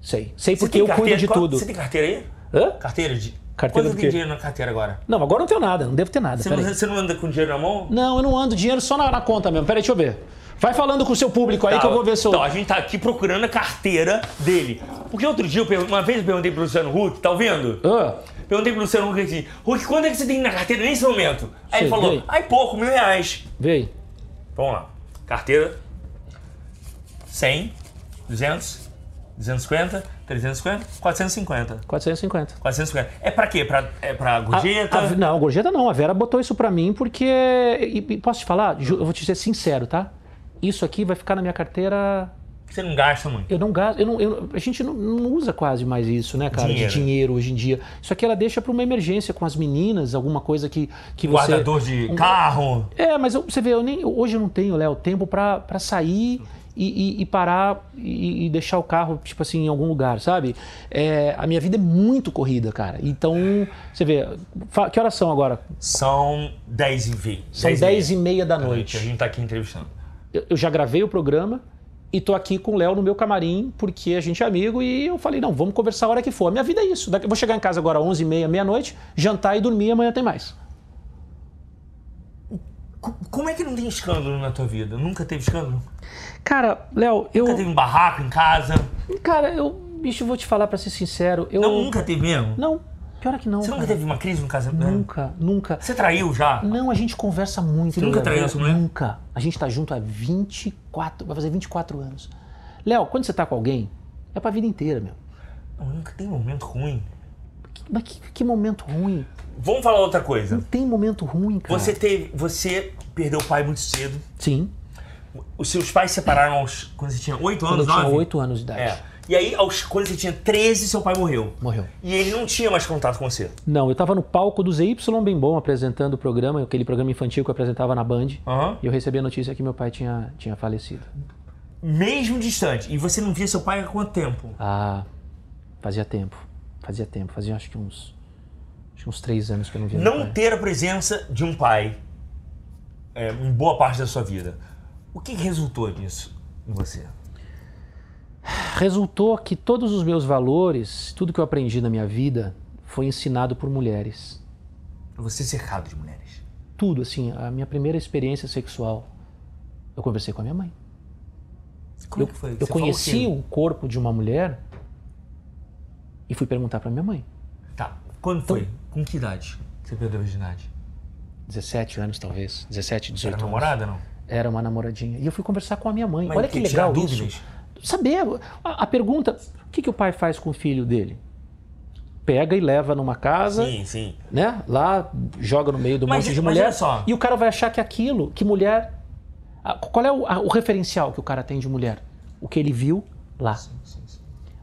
Speaker 3: Sei. Sei
Speaker 2: Você
Speaker 3: porque
Speaker 2: tem
Speaker 3: eu cuido
Speaker 2: carteira?
Speaker 3: de
Speaker 2: Qual-
Speaker 3: tudo.
Speaker 2: Você tem carteira aí?
Speaker 3: Hã?
Speaker 2: Carteira de.
Speaker 3: Carteira
Speaker 2: Quanto
Speaker 3: do
Speaker 2: tem
Speaker 3: quê?
Speaker 2: dinheiro na carteira agora?
Speaker 3: Não, agora eu não tenho nada, não devo ter nada.
Speaker 2: Você
Speaker 3: peraí.
Speaker 2: não, você não anda com dinheiro na mão?
Speaker 3: Não, eu não ando dinheiro só na, na conta mesmo. Peraí, deixa eu ver. Vai falando com o seu público aí que eu vou ver se eu.
Speaker 2: Então, a gente tá aqui procurando a carteira dele. Porque outro dia, eu pergun- uma vez eu perguntei pro Luciano Huck, tá ouvindo?
Speaker 3: Hã?
Speaker 2: Perguntei pro Luciano Huck assim, Huck, quanto é que você tem na carteira nesse momento? Aí ele
Speaker 3: Sei,
Speaker 2: falou,
Speaker 3: bem.
Speaker 2: aí pouco, mil reais.
Speaker 3: Vê aí.
Speaker 2: Vamos lá. Carteira. 100, 200, 250, 350, 450.
Speaker 3: 450.
Speaker 2: 450. É pra quê? Pra, é pra
Speaker 3: A-
Speaker 2: gorjeta?
Speaker 3: a- não, gorjeta não. A Vera botou isso pra mim porque. e- e posso te falar? Ju- Eu vou te ser sincero, tá? Isso aqui vai ficar na minha carteira.
Speaker 2: Você não gasta muito.
Speaker 3: Eu não gasto. Eu não, eu- a gente não, não usa quase mais isso, né, cara?
Speaker 2: Dinheiro.
Speaker 3: De dinheiro hoje em dia. Isso aqui ela deixa pra uma emergência com as meninas, alguma coisa que, que você.
Speaker 2: Guardador
Speaker 3: Um-
Speaker 2: de carro.
Speaker 3: É, mas eu- você vê, eu nem, hoje eu não tenho, Léo, tempo pra pra sair e, e- e parar e, e deixar o carro, tipo assim, em algum lugar, sabe? É, a minha vida é muito corrida, cara. Então, você vê, fa- que horas são agora?
Speaker 2: São 10 e 20.
Speaker 3: São 10 e meia da
Speaker 2: noite. A
Speaker 3: noite.
Speaker 2: gente tá aqui entrevistando.
Speaker 3: Eu, eu já gravei o programa e tô aqui com o Léo no meu camarim, porque a gente é amigo, e eu falei, não, vamos conversar a hora que for. A minha vida é isso. Daqui, eu vou chegar em casa agora 11 e meia, meia-noite, jantar e dormir, amanhã tem mais.
Speaker 2: Co- Como é que não tem escândalo na tua vida? Nunca teve escândalo?
Speaker 3: Cara, Léo, eu...
Speaker 2: Nunca teve um barraco em casa?
Speaker 3: Cara, eu... Bicho, vou te falar pra ser sincero, eu...
Speaker 2: Não, nunca teve mesmo?
Speaker 3: Não, pior é que não.
Speaker 2: Você nunca
Speaker 3: cara.
Speaker 2: teve né? uma crise no casamento?
Speaker 3: Nunca, nunca.
Speaker 2: Você traiu já?
Speaker 3: Não, a gente conversa muito.
Speaker 2: Você nunca
Speaker 3: Léo.
Speaker 2: traiu essa mulher?
Speaker 3: Nunca. A gente tá junto há 24, vai fazer 24 anos. Léo, quando você tá com alguém, é pra vida inteira, meu.
Speaker 2: Não, nunca tem momento ruim.
Speaker 3: Que- Mas que, que momento ruim.
Speaker 2: Vamos falar outra coisa.
Speaker 3: Não tem momento ruim, cara.
Speaker 2: Você teve. Você perdeu o pai muito cedo.
Speaker 3: Sim,
Speaker 2: Os seus pais separaram aos, quando você tinha 8
Speaker 3: quando
Speaker 2: anos,
Speaker 3: eu tinha
Speaker 2: 9?
Speaker 3: 8 anos de idade.
Speaker 2: É. E aí, aos, quando você tinha 13, seu pai morreu.
Speaker 3: Morreu.
Speaker 2: E ele não tinha mais contato com você.
Speaker 3: Não, eu tava no palco do ZY Bem Bom apresentando o programa, aquele programa infantil que eu apresentava na Band.
Speaker 2: Aham.
Speaker 3: E eu recebi a notícia que meu pai tinha, tinha falecido.
Speaker 2: Mesmo distante. E você não via seu pai há quanto tempo?
Speaker 3: Ah, fazia tempo. Fazia tempo. Fazia acho que uns. Acho que uns três anos que eu não via. meu
Speaker 2: Não
Speaker 3: pai.
Speaker 2: ter a presença de um pai é, em boa parte da sua vida. O que que resultou disso em você?
Speaker 3: Resultou que todos os meus valores, tudo que eu aprendi na minha vida, foi ensinado por mulheres.
Speaker 2: Você cercado de mulheres.
Speaker 3: Tudo, assim, a minha primeira experiência sexual, eu conversei com a minha mãe.
Speaker 2: Como
Speaker 3: eu
Speaker 2: que foi?
Speaker 3: eu
Speaker 2: Você falou o
Speaker 3: conheci
Speaker 2: quê?
Speaker 3: o corpo de uma mulher e fui perguntar pra minha mãe.
Speaker 2: Tá. Quando
Speaker 3: Então-
Speaker 2: foi? Com que idade você perdeu a virgindade?
Speaker 3: 17 anos, talvez. 17, 18
Speaker 2: Era
Speaker 3: anos.
Speaker 2: namorada, não?
Speaker 3: Era uma namoradinha. E eu fui conversar com a minha mãe.
Speaker 2: Mas
Speaker 3: Olha
Speaker 2: o
Speaker 3: que
Speaker 2: quê? Tirar
Speaker 3: legal isso.
Speaker 2: dúvidas?
Speaker 3: Saber. A, a pergunta, o que, que o pai faz com o filho dele? Pega e leva numa casa,
Speaker 2: Sim, sim.
Speaker 3: né? Lá, joga no meio Uhum. do
Speaker 2: Mas- é,
Speaker 3: monte de
Speaker 2: mas assim.
Speaker 3: mulher.
Speaker 2: olha só.
Speaker 3: E o cara vai achar que aquilo, que mulher... a- qual é o, a- o referencial que o cara tem de mulher? O que ele viu
Speaker 2: Ah.
Speaker 3: lá.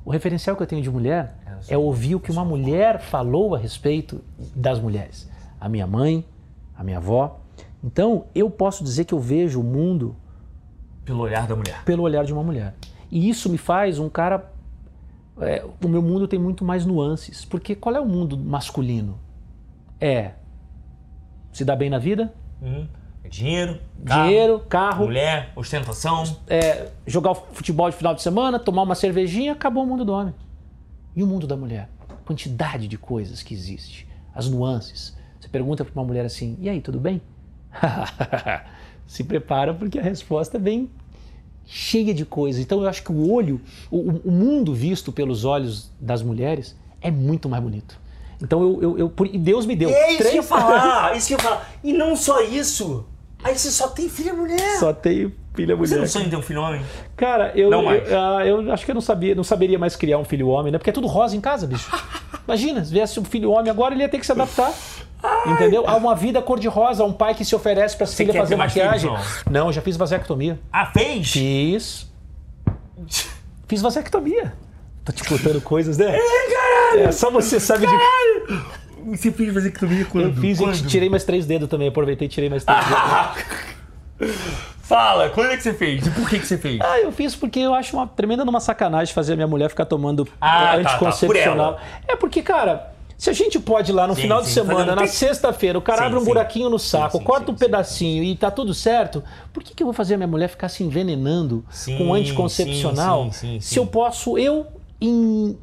Speaker 3: O referencial que eu tenho de mulher é ouvir o que uma mulher falou a respeito das mulheres. A minha mãe, a minha avó. Então, eu posso dizer que eu vejo o mundo
Speaker 2: Pelo olhar da mulher.
Speaker 3: pelo olhar de uma mulher. E isso me faz um cara. é, o meu mundo tem muito mais nuances. Porque qual é o mundo masculino? É. Se dá bem na vida?
Speaker 2: Hum. Dinheiro, dinheiro,
Speaker 3: Dinheiro, carro,
Speaker 2: mulher, ostentação.
Speaker 3: é, jogar o futebol de final de semana, tomar uma cervejinha, acabou o mundo do homem. E o mundo da mulher? Quantidade de coisas que existe, as nuances. Você pergunta para uma mulher assim: e aí, tudo bem? Se prepara porque a resposta é bem cheia de coisas. Então eu acho que o olho, o, o- o mundo visto pelos olhos das mulheres é muito mais bonito. Então eu, eu, eu- por- e Deus me deu
Speaker 2: É isso que eu ia
Speaker 3: três
Speaker 2: falar, isso que eu ia falar. E não só isso, aí você só tem filha mulher.
Speaker 3: só tenho filha mulher.
Speaker 2: Você não sonha em ter um filho homem?
Speaker 3: Cara, eu,
Speaker 2: Não mais.
Speaker 3: eu, ah, eu acho que eu não sabia, não saberia mais criar um filho homem, né? Porque é tudo rosa em casa, bicho. Imagina, se viesse um filho homem agora, ele ia ter que se adaptar. Entendeu? Há uma vida cor-de-rosa, um pai que se oferece pra filha
Speaker 2: quer
Speaker 3: fazer
Speaker 2: ter mais filhos,
Speaker 3: maquiagem. não, eu já fiz vasectomia.
Speaker 2: Ah, fez?
Speaker 3: Fiz. Fiz vasectomia. Tô te contando coisas, né? É, caralho! só você sabe de
Speaker 2: Você fez vasectomia quando?
Speaker 3: Eu fiz
Speaker 2: quando?
Speaker 3: e tirei mais três dedos também. Aproveitei e tirei mais três dedos.
Speaker 2: Fala, quando é que você fez? E por que, que você fez?
Speaker 3: Ah, eu fiz porque eu acho uma tremenda numa sacanagem fazer a minha mulher ficar tomando
Speaker 2: Ah, tá, tá, por
Speaker 3: anticoncepcional.
Speaker 2: ela.
Speaker 3: É porque, cara, Se a gente pode ir lá no
Speaker 2: Sim,
Speaker 3: final de
Speaker 2: sim,
Speaker 3: semana,
Speaker 2: fazer um
Speaker 3: na
Speaker 2: pe-
Speaker 3: sexta-feira, o cara
Speaker 2: Sim,
Speaker 3: abre um
Speaker 2: sim.
Speaker 3: buraquinho no saco,
Speaker 2: sim,
Speaker 3: corta
Speaker 2: sim,
Speaker 3: um
Speaker 2: sim,
Speaker 3: pedacinho e tá tudo certo, por que, que eu vou fazer a minha mulher ficar se envenenando
Speaker 2: Sim,
Speaker 3: com anticoncepcional
Speaker 2: sim, sim, sim,
Speaker 3: se
Speaker 2: sim.
Speaker 3: eu posso, eu, em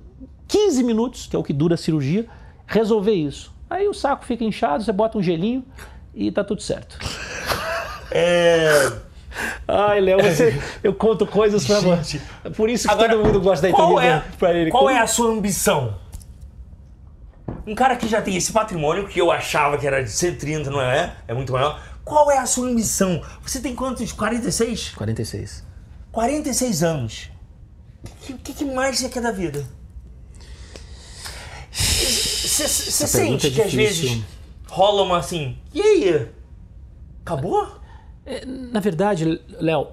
Speaker 3: 15 minutos, que é o que dura a cirurgia, resolver isso? Aí o saco fica inchado, você bota um gelinho e tá tudo certo.
Speaker 2: É,
Speaker 3: Ai, Léo, você- eu conto coisas pra você. Por isso que
Speaker 2: Agora,
Speaker 3: todo mundo gosta da
Speaker 2: qual
Speaker 3: Italy
Speaker 2: é,
Speaker 3: Gun pra ele.
Speaker 2: Qual é a sua ambição? Um cara que já tem esse patrimônio, que eu achava que era de 130, não é? É muito maior. Qual é a sua ambição? Você tem quantos? 46?
Speaker 3: 46.
Speaker 2: 46 anos. O que, o que que mais você quer da vida? Você você
Speaker 3: Essa pergunta
Speaker 2: sente
Speaker 3: é
Speaker 2: que às
Speaker 3: difícil.
Speaker 2: vezes rola uma assim, e aí? Acabou?
Speaker 3: É, Na verdade, Léo,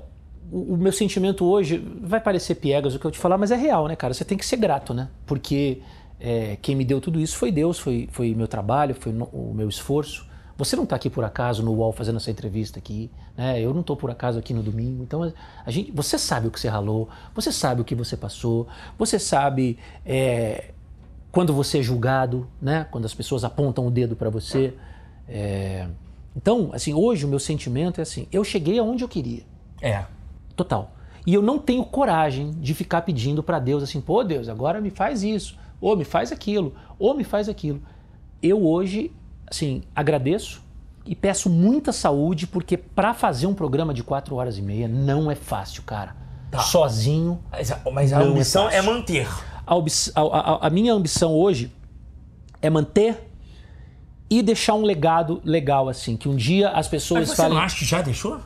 Speaker 3: o o meu sentimento hoje vai parecer piegas o que eu te falar, mas é real, né, cara? Você tem que ser grato, né? Porque é, quem me deu tudo isso foi Deus, foi, foi meu trabalho, foi no- o meu esforço. Você não está aqui por acaso no UOL fazendo essa entrevista aqui, né? Eu não estou por acaso aqui no domingo. Então, a gente, você sabe o que você ralou, você sabe o que você passou, você sabe é, quando você é julgado, né? Quando as pessoas apontam o dedo para você. É, Então, assim, hoje o meu sentimento é assim: eu cheguei aonde eu queria,
Speaker 2: É.
Speaker 3: total. E eu não tenho coragem de ficar pedindo para Deus assim: pô, Deus, agora me faz isso, ou me faz aquilo, ou me faz aquilo. Eu hoje, assim, agradeço e peço muita saúde, porque para fazer um programa de quatro horas e meia não é fácil, cara. Sozinho,
Speaker 2: Mas a, mas a
Speaker 3: Não é
Speaker 2: ambição é,
Speaker 3: fácil.
Speaker 2: manter.
Speaker 3: a, obs- a- a- a minha ambição hoje é manter e deixar um legado legal, assim, que um dia as
Speaker 2: Mas
Speaker 3: pessoas
Speaker 2: você
Speaker 3: falem.
Speaker 2: não acha que já deixou?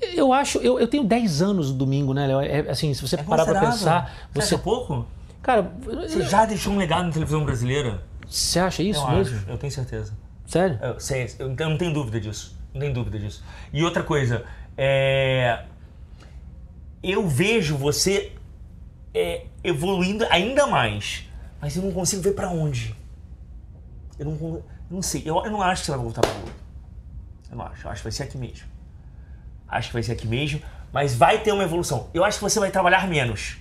Speaker 3: Eu acho, eu, eu tenho 10 anos no domingo, né, Léo? É, assim, se você parar pra
Speaker 2: Considerável.
Speaker 3: pensar,
Speaker 2: Você
Speaker 3: você.
Speaker 2: acha pouco?
Speaker 3: Cara,
Speaker 2: Você já deixou um legado na televisão brasileira?
Speaker 3: você acha isso
Speaker 2: eu
Speaker 3: mesmo?
Speaker 2: acho, eu tenho certeza.
Speaker 3: Sério?
Speaker 2: Eu, sei, É, eu não- eu não tenho dúvida disso. Não tenho dúvida disso. E outra coisa, é, eu vejo você é, evoluindo ainda mais, mas eu não consigo ver pra onde. Eu não, con- eu não sei. Eu, eu não acho que você vai voltar pra Globo. Eu não acho. Eu acho que vai ser aqui mesmo. Acho que vai ser aqui mesmo, mas vai ter uma evolução. Eu acho que você vai trabalhar menos.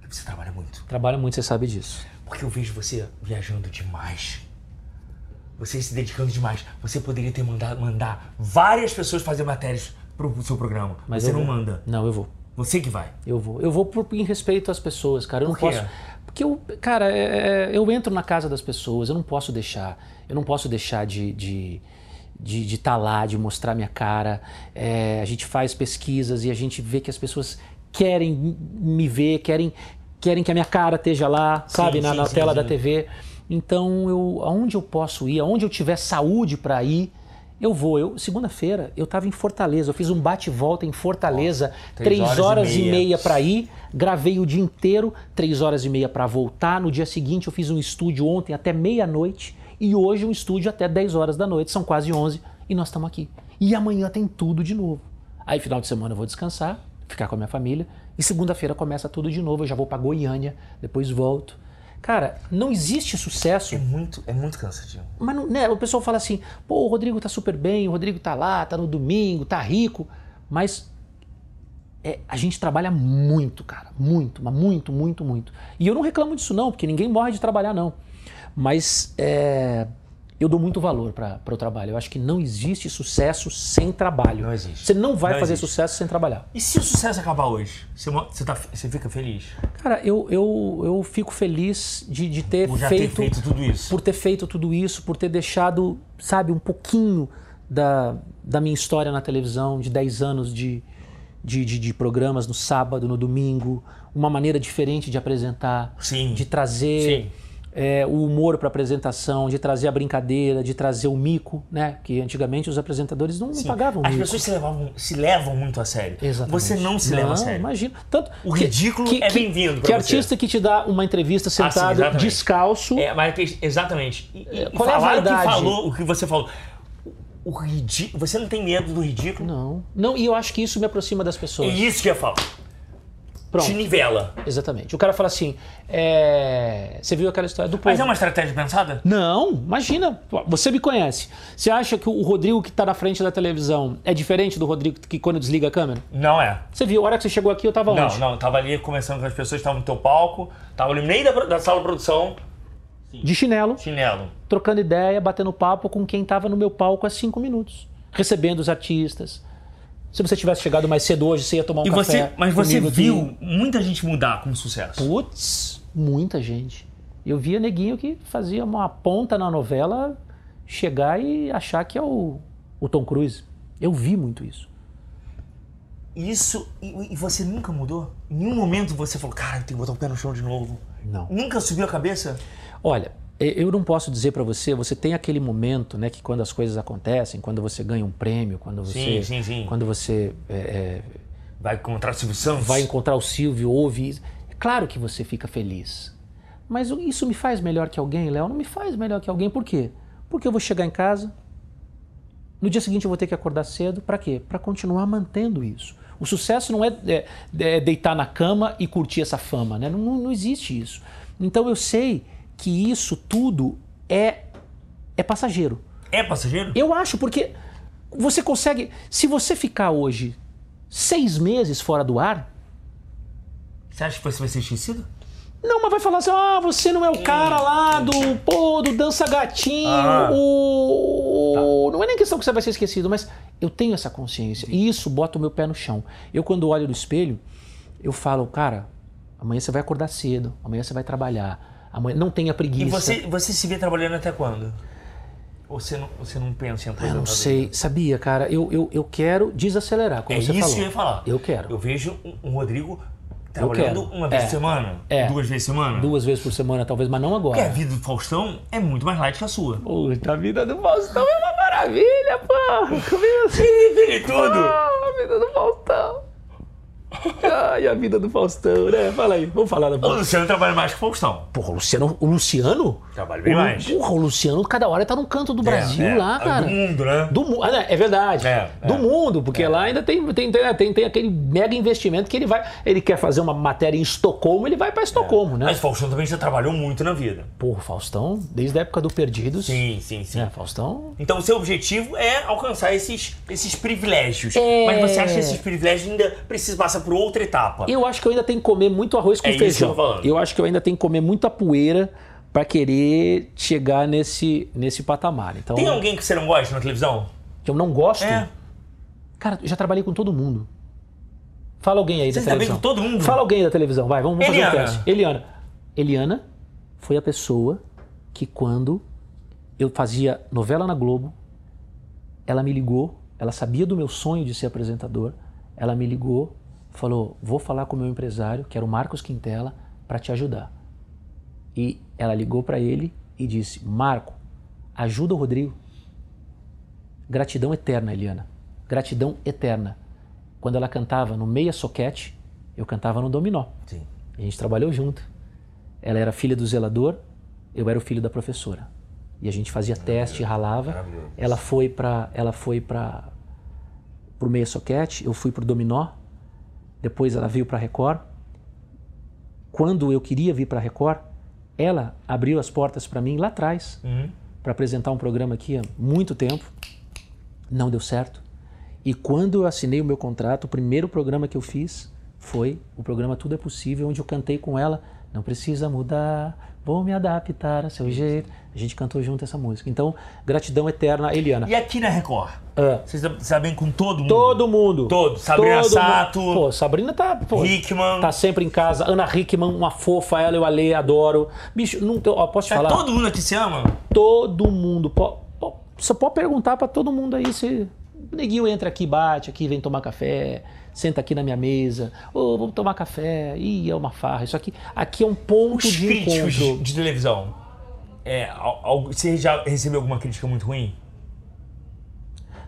Speaker 2: Porque você trabalha muito.
Speaker 3: Trabalho muito, você sabe disso.
Speaker 2: Porque eu vejo você viajando demais. Você se dedicando demais. Você poderia ter mandado mandar várias pessoas fazer matérias pro seu programa.
Speaker 3: Mas
Speaker 2: você
Speaker 3: eu
Speaker 2: não
Speaker 3: vou.
Speaker 2: manda.
Speaker 3: Não, eu vou.
Speaker 2: Você que vai.
Speaker 3: Eu vou. Eu vou por, em respeito às pessoas, cara. Eu não
Speaker 2: Por quê?
Speaker 3: posso. Porque eu, cara, é- é- eu entro na casa das pessoas, eu não posso deixar. Eu não posso deixar de. de de estar lá, de mostrar minha cara. É, a gente faz pesquisas e a gente vê que as pessoas querem me ver, querem, querem que a minha cara esteja lá, sabe, na,
Speaker 2: sim,
Speaker 3: na
Speaker 2: sim,
Speaker 3: tela
Speaker 2: sim.
Speaker 3: da TV. Então, eu, aonde eu posso ir, aonde eu tiver saúde para ir, eu vou. Eu segunda-feira eu estava em Fortaleza, eu fiz um bate-volta em Fortaleza, três horas, e meia, para ir, gravei o dia inteiro, três horas e meia para voltar. No dia seguinte eu fiz um estúdio ontem até meia-noite e hoje um estúdio até 10 horas da noite, são quase 11 e nós estamos aqui. E amanhã tem tudo de novo. Aí final de semana eu vou descansar, ficar com a minha família e segunda-feira começa tudo de novo, eu já vou para Goiânia, depois volto. Cara, não existe sucesso
Speaker 2: É muito, é muito cansativo.
Speaker 3: mas não- né, o pessoal fala assim, pô, o Rodrigo tá super bem, o Rodrigo tá lá, tá no domingo, tá rico. Mas é, a gente trabalha muito, cara. Muito, mas muito, muito, muito. E eu não reclamo disso, não, porque ninguém morre de trabalhar, não. Mas é, eu dou muito valor para o trabalho. Eu acho que não existe sucesso sem trabalho.
Speaker 2: Não existe.
Speaker 3: Você não vai
Speaker 2: Não
Speaker 3: fazer
Speaker 2: existe.
Speaker 3: sucesso sem trabalhar.
Speaker 2: E se o sucesso acabar hoje? Você, mo- você, tá, você fica feliz?
Speaker 3: Cara, eu, eu, eu fico feliz de, de ter,
Speaker 2: Por já ter
Speaker 3: feito,
Speaker 2: feito tudo isso.
Speaker 3: Por ter feito tudo isso, por ter deixado, sabe, um pouquinho da, da minha história na televisão, de 10 anos de, de, de, de programas no sábado, no domingo, uma maneira diferente de apresentar,
Speaker 2: Sim.
Speaker 3: de trazer
Speaker 2: Sim.
Speaker 3: é, o humor para apresentação, de trazer a brincadeira, de trazer o mico, né? Que antigamente os apresentadores não, não pagavam
Speaker 2: As
Speaker 3: mico.
Speaker 2: pessoas se, levavam, se levam muito a sério.
Speaker 3: Exatamente.
Speaker 2: Você não se leva a sério.
Speaker 3: imagina. Tanto
Speaker 2: O ridículo é bem-vindo pra
Speaker 3: Que
Speaker 2: você. Ah,
Speaker 3: artista que te dá uma entrevista sentado,
Speaker 2: exatamente.
Speaker 3: descalço.
Speaker 2: É, mas que- exatamente. E, e,
Speaker 3: Qual é a
Speaker 2: falar o que
Speaker 3: vaidade?
Speaker 2: falou, o que você falou. O, o ridi- Você não tem medo do ridículo?
Speaker 3: Não. Não, e eu acho que isso me aproxima das pessoas.
Speaker 2: É isso que eu ia falar. Te
Speaker 3: Pronto.
Speaker 2: nivela.
Speaker 3: Exatamente. O cara fala assim: é, você viu aquela história do povo.
Speaker 2: Mas é uma estratégia pensada?
Speaker 3: Não, imagina, pô, você me conhece. Você acha que o Rodrigo que tá na frente da televisão é diferente do Rodrigo que quando desliga a câmera?
Speaker 2: Não é.
Speaker 3: Você viu, a hora que você chegou aqui eu tava
Speaker 2: Não,
Speaker 3: onde?
Speaker 2: não. Tava ali conversando com as pessoas, tava no teu palco, tava no meio da, pro- da sala de produção.
Speaker 3: de chinelo,
Speaker 2: Chinelo.
Speaker 3: trocando ideia, batendo papo com quem estava no meu palco há cinco minutos, recebendo os artistas. Se você tivesse chegado mais cedo hoje, você ia tomar um
Speaker 2: E
Speaker 3: café.
Speaker 2: você, mas você
Speaker 3: comigo aqui.
Speaker 2: viu muita gente mudar com sucesso.
Speaker 3: Putz, muita gente. Eu via neguinho que fazia uma ponta na novela chegar e achar que é o, o Tom Cruise. Eu vi muito isso.
Speaker 2: Isso. E, e você nunca mudou? Em nenhum momento você falou, cara, eu tenho que botar o pé no chão de novo.
Speaker 3: Não.
Speaker 2: Nunca subiu a cabeça?
Speaker 3: Olha, e- eu não posso dizer pra você, você tem aquele momento, né, que quando as coisas acontecem, quando você ganha um prêmio, quando
Speaker 2: Sim,
Speaker 3: você,
Speaker 2: sim, sim.
Speaker 3: quando você é, é,
Speaker 2: Vai encontrar o Silvio Santos?
Speaker 3: vai encontrar o Silvio, ouve, isso, é claro que você fica feliz. Mas o- isso me faz melhor que alguém, Léo? Não me faz melhor que alguém, por quê? Porque eu vou chegar em casa, no dia seguinte eu vou ter que acordar cedo, pra quê? Pra continuar mantendo isso. O sucesso não é, é, é deitar na cama e curtir essa fama, né? Não- não- não existe isso. Então eu sei que isso tudo é é passageiro.
Speaker 2: É passageiro?
Speaker 3: Eu acho, porque você consegue. Se você ficar hoje seis meses fora do ar,
Speaker 2: Você acha que você vai ser esquecido?
Speaker 3: não, mas vai falar assim: ah, você não é o cara lá do. Pô, do Dança Gatinho.
Speaker 2: Ah. Tá.
Speaker 3: o- Não é nem questão que você vai ser esquecido, mas eu tenho essa consciência. E isso bota o meu pé no chão. Eu, quando olho no espelho, eu falo: cara, amanhã você vai acordar cedo, amanhã você vai trabalhar. Amanhã não tenha preguiça.
Speaker 2: E você, você se vê trabalhando até quando? Ou você não, você não pensa em
Speaker 3: Ah, Eu
Speaker 2: aposentar?
Speaker 3: não sei, sabia, cara. Eu, eu, eu quero desacelerar, como
Speaker 2: É
Speaker 3: você
Speaker 2: isso
Speaker 3: falou.
Speaker 2: que eu ia falar.
Speaker 3: Eu quero.
Speaker 2: Eu vejo um- um Rodrigo trabalhando
Speaker 3: quero.
Speaker 2: uma vez
Speaker 3: É.
Speaker 2: por semana,
Speaker 3: É.
Speaker 2: duas vezes por semana.
Speaker 3: Duas vezes por semana, talvez, mas não agora.
Speaker 2: Porque a vida do Faustão é muito mais light que a sua.
Speaker 3: Puta, a vida do Faustão é uma maravilha, pô! Comigo assim,
Speaker 2: E tudo!
Speaker 3: a vida do Faustão. Ai, a vida do Faustão, né? Fala aí, vamos falar da
Speaker 2: O Luciano trabalha mais que o Faustão.
Speaker 3: Porra, o Luciano. O Luciano?
Speaker 2: Trabalha bem
Speaker 3: o, Lu-
Speaker 2: mais.
Speaker 3: Porra, o Luciano, cada hora tá num canto do Brasil
Speaker 2: É, é.
Speaker 3: lá, cara.
Speaker 2: Do mundo, né?
Speaker 3: Do mu- ah, né, é verdade.
Speaker 2: É,
Speaker 3: do
Speaker 2: é.
Speaker 3: mundo, porque lá ainda tem, tem, tem, tem- tem aquele mega investimento que ele vai. Ele quer fazer uma matéria em Estocolmo, ele vai pra Estocolmo, né?
Speaker 2: Mas o Faustão também já trabalhou muito na vida.
Speaker 3: Porra, Faustão, desde a época do Perdidos.
Speaker 2: Sim, sim, sim.
Speaker 3: né, Faustão.
Speaker 2: Então o seu objetivo é alcançar esses, esses privilégios.
Speaker 3: É.
Speaker 2: Mas você acha que esses privilégios ainda precisam passar por outra etapa?
Speaker 3: Tá. Eu acho que eu ainda tenho que comer muito arroz com
Speaker 2: É isso que
Speaker 3: feijão.
Speaker 2: eu tô falando.
Speaker 3: acho que eu ainda tenho que comer muita poeira pra querer chegar nesse, nesse patamar. Então,
Speaker 2: Tem alguém que você não gosta na televisão?
Speaker 3: que eu não gosto.
Speaker 2: É.
Speaker 3: Cara, eu já trabalhei com todo mundo. Fala alguém aí
Speaker 2: Você
Speaker 3: da
Speaker 2: tá bem
Speaker 3: televisão.
Speaker 2: com todo mundo?
Speaker 3: Fala alguém da televisão, vai, vamos, vamos fazer um
Speaker 2: Eliana.
Speaker 3: teste. Eliana. Eliana foi a pessoa que quando eu fazia novela na Globo, ela me ligou, ela sabia do meu sonho de ser apresentador, ela me ligou, falou, vou falar com o meu empresário, que era o Marcos Quintela, para te ajudar. E ela ligou para ele e disse, Marco, ajuda o Rodrigo. Gratidão eterna, Eliana. Gratidão eterna. Quando ela cantava no Meia Soquete, eu cantava no Dominó.
Speaker 2: Sim.
Speaker 3: A gente trabalhou junto. Ela era filha do zelador, eu era o filho da professora. E a gente fazia teste, ralava.
Speaker 2: maravilhoso.
Speaker 3: Ela foi para ela foi para pro Meia Soquete, eu fui pro Dominó. Depois ela veio para Record. Quando eu queria vir para Record, ela abriu as portas para mim lá atrás
Speaker 2: Uhum.
Speaker 3: para apresentar um programa aqui há muito tempo. Não deu certo. E quando eu assinei o meu contrato, o primeiro programa que eu fiz foi o programa Tudo é Possível, onde eu cantei com ela Não Precisa Mudar, Vou Me Adaptar a Seu Jeito. A gente cantou junto essa música. Então, gratidão eterna, Eliana.
Speaker 2: E aqui na Record? tá,
Speaker 3: Ah.
Speaker 2: Vocês sabem com todo mundo?
Speaker 3: Todo mundo.
Speaker 2: Todo. Sabrina
Speaker 3: mundo.
Speaker 2: Sato.
Speaker 3: Pô, Sabrina tá. Pô,
Speaker 2: Hickman.
Speaker 3: Tá sempre em casa. Ana Hickman, uma fofa, ela eu a leio, adoro. Bicho, não, ó, posso te
Speaker 2: Tá
Speaker 3: falar?
Speaker 2: todo mundo aqui se ama?
Speaker 3: todo mundo. Po- po- Você pode perguntar pra todo mundo aí se. O neguinho entra aqui, bate aqui, vem tomar café, senta aqui na minha mesa. Ô, vamos tomar café. Ih, é uma farra. Isso aqui, aqui é um ponto
Speaker 2: Os
Speaker 3: de
Speaker 2: críticos de,
Speaker 3: encontro.
Speaker 2: de televisão. É, al- al- você já recebeu alguma crítica muito ruim?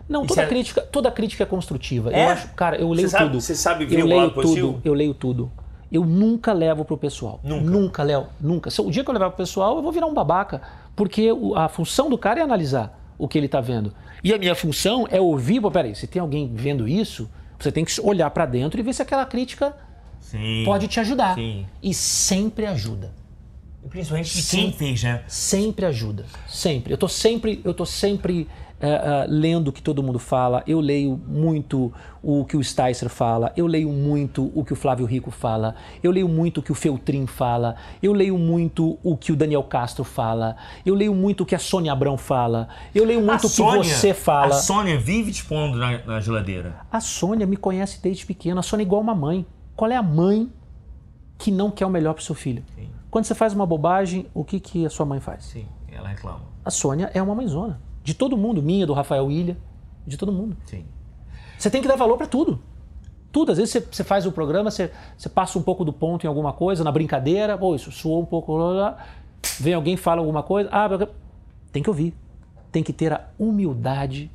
Speaker 3: Não,
Speaker 2: Isso
Speaker 3: toda
Speaker 2: é-
Speaker 3: crítica, toda crítica é construtiva.
Speaker 2: É?
Speaker 3: Eu acho, cara, eu leio
Speaker 2: Você sabe-
Speaker 3: tudo.
Speaker 2: você sabe ver
Speaker 3: eu
Speaker 2: o
Speaker 3: leio
Speaker 2: lado
Speaker 3: tudo,
Speaker 2: positivo?
Speaker 3: eu leio tudo. Eu nunca levo pro pessoal.
Speaker 2: Nunca?
Speaker 3: Nunca, Léo, nunca. Se, o dia que eu levar pro pessoal, eu vou virar um babaca, porque o- a função do cara é analisar o que ele tá vendo. E a minha função é ouvir, pô, peraí, se tem alguém vendo isso, você tem que olhar pra dentro e ver se aquela crítica
Speaker 2: Sim.
Speaker 3: pode te ajudar.
Speaker 2: Sim.
Speaker 3: E sempre ajuda.
Speaker 2: Principalmente de quem
Speaker 3: Sim.
Speaker 2: fez, né?
Speaker 3: sempre ajuda. Sempre. Eu tô sempre, eu tô sempre eh, eh, lendo o que todo mundo fala, eu leio muito o que o Sticer fala, eu leio muito o que o Flávio Rico fala, eu leio muito o que o Feltrin fala, eu leio muito o que o Daniel Castro fala, eu leio muito o que a Sônia Abrão fala, eu leio muito o que você fala.
Speaker 2: A Sônia vive te pondo na, na geladeira.
Speaker 3: A Sônia me conhece desde pequena. A Sônia é igual uma mãe. Qual é a mãe que não quer o melhor para seu filho? Quando você faz uma bobagem, o que, que a sua mãe faz?
Speaker 2: Sim, ela reclama.
Speaker 3: A Sônia é uma mãezona. De todo mundo, minha, do Rafael Ilha, de todo mundo.
Speaker 2: Sim.
Speaker 3: Você tem que dar valor para tudo. Tudo. Às vezes você, você faz o programa, você, você passa um pouco do ponto em alguma coisa, na brincadeira, pô, isso suou um pouco, blá, blá, blá. vem alguém fala alguma coisa, ah, blá, blá. tem que ouvir. Tem que ter a humildade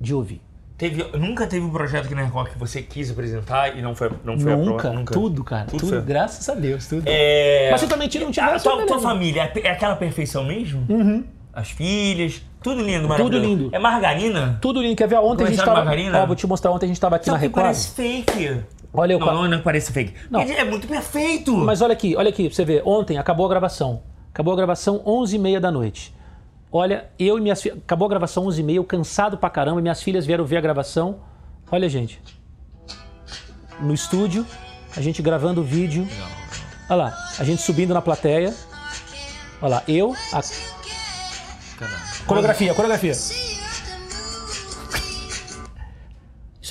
Speaker 3: de ouvir.
Speaker 2: Teve, nunca teve um projeto aqui na Record que você quis apresentar e não foi, não foi
Speaker 3: nunca,
Speaker 2: aprovado?
Speaker 3: tudo, cara. Tudo,
Speaker 2: foi-
Speaker 3: graças a Deus, tudo.
Speaker 2: É...
Speaker 3: Mas se eu também um tiro, não
Speaker 2: a
Speaker 3: tivesse,
Speaker 2: tua,
Speaker 3: beleza.
Speaker 2: tua família é pe- é aquela perfeição mesmo? Uhum. As filhas, tudo lindo, maravilhoso.
Speaker 3: lindo.
Speaker 2: É margarina?
Speaker 3: Tudo lindo. Quer ver? Ontem a gente
Speaker 2: Começaram
Speaker 3: tava.
Speaker 2: é margarina?
Speaker 3: Ó, vou te mostrar, ontem a gente tava aqui
Speaker 2: Só
Speaker 3: na
Speaker 2: que
Speaker 3: Record.
Speaker 2: parece fake.
Speaker 3: Olha eu
Speaker 2: não, é
Speaker 3: com a-
Speaker 2: não, não parece fake.
Speaker 3: Não.
Speaker 2: Mas É muito perfeito.
Speaker 3: Mas olha aqui, olha aqui, pra você ver. Ontem acabou a gravação. Acabou a gravação 11h30 da noite. Olha, eu e minhas filhas. Acabou a gravação 11h30, eu cansado pra caramba, e minhas filhas vieram ver a gravação. Olha, gente. No estúdio, a gente gravando o vídeo. Olha lá, a gente subindo na plateia. Olha lá, eu. A... Coreografia, coreografia. Isso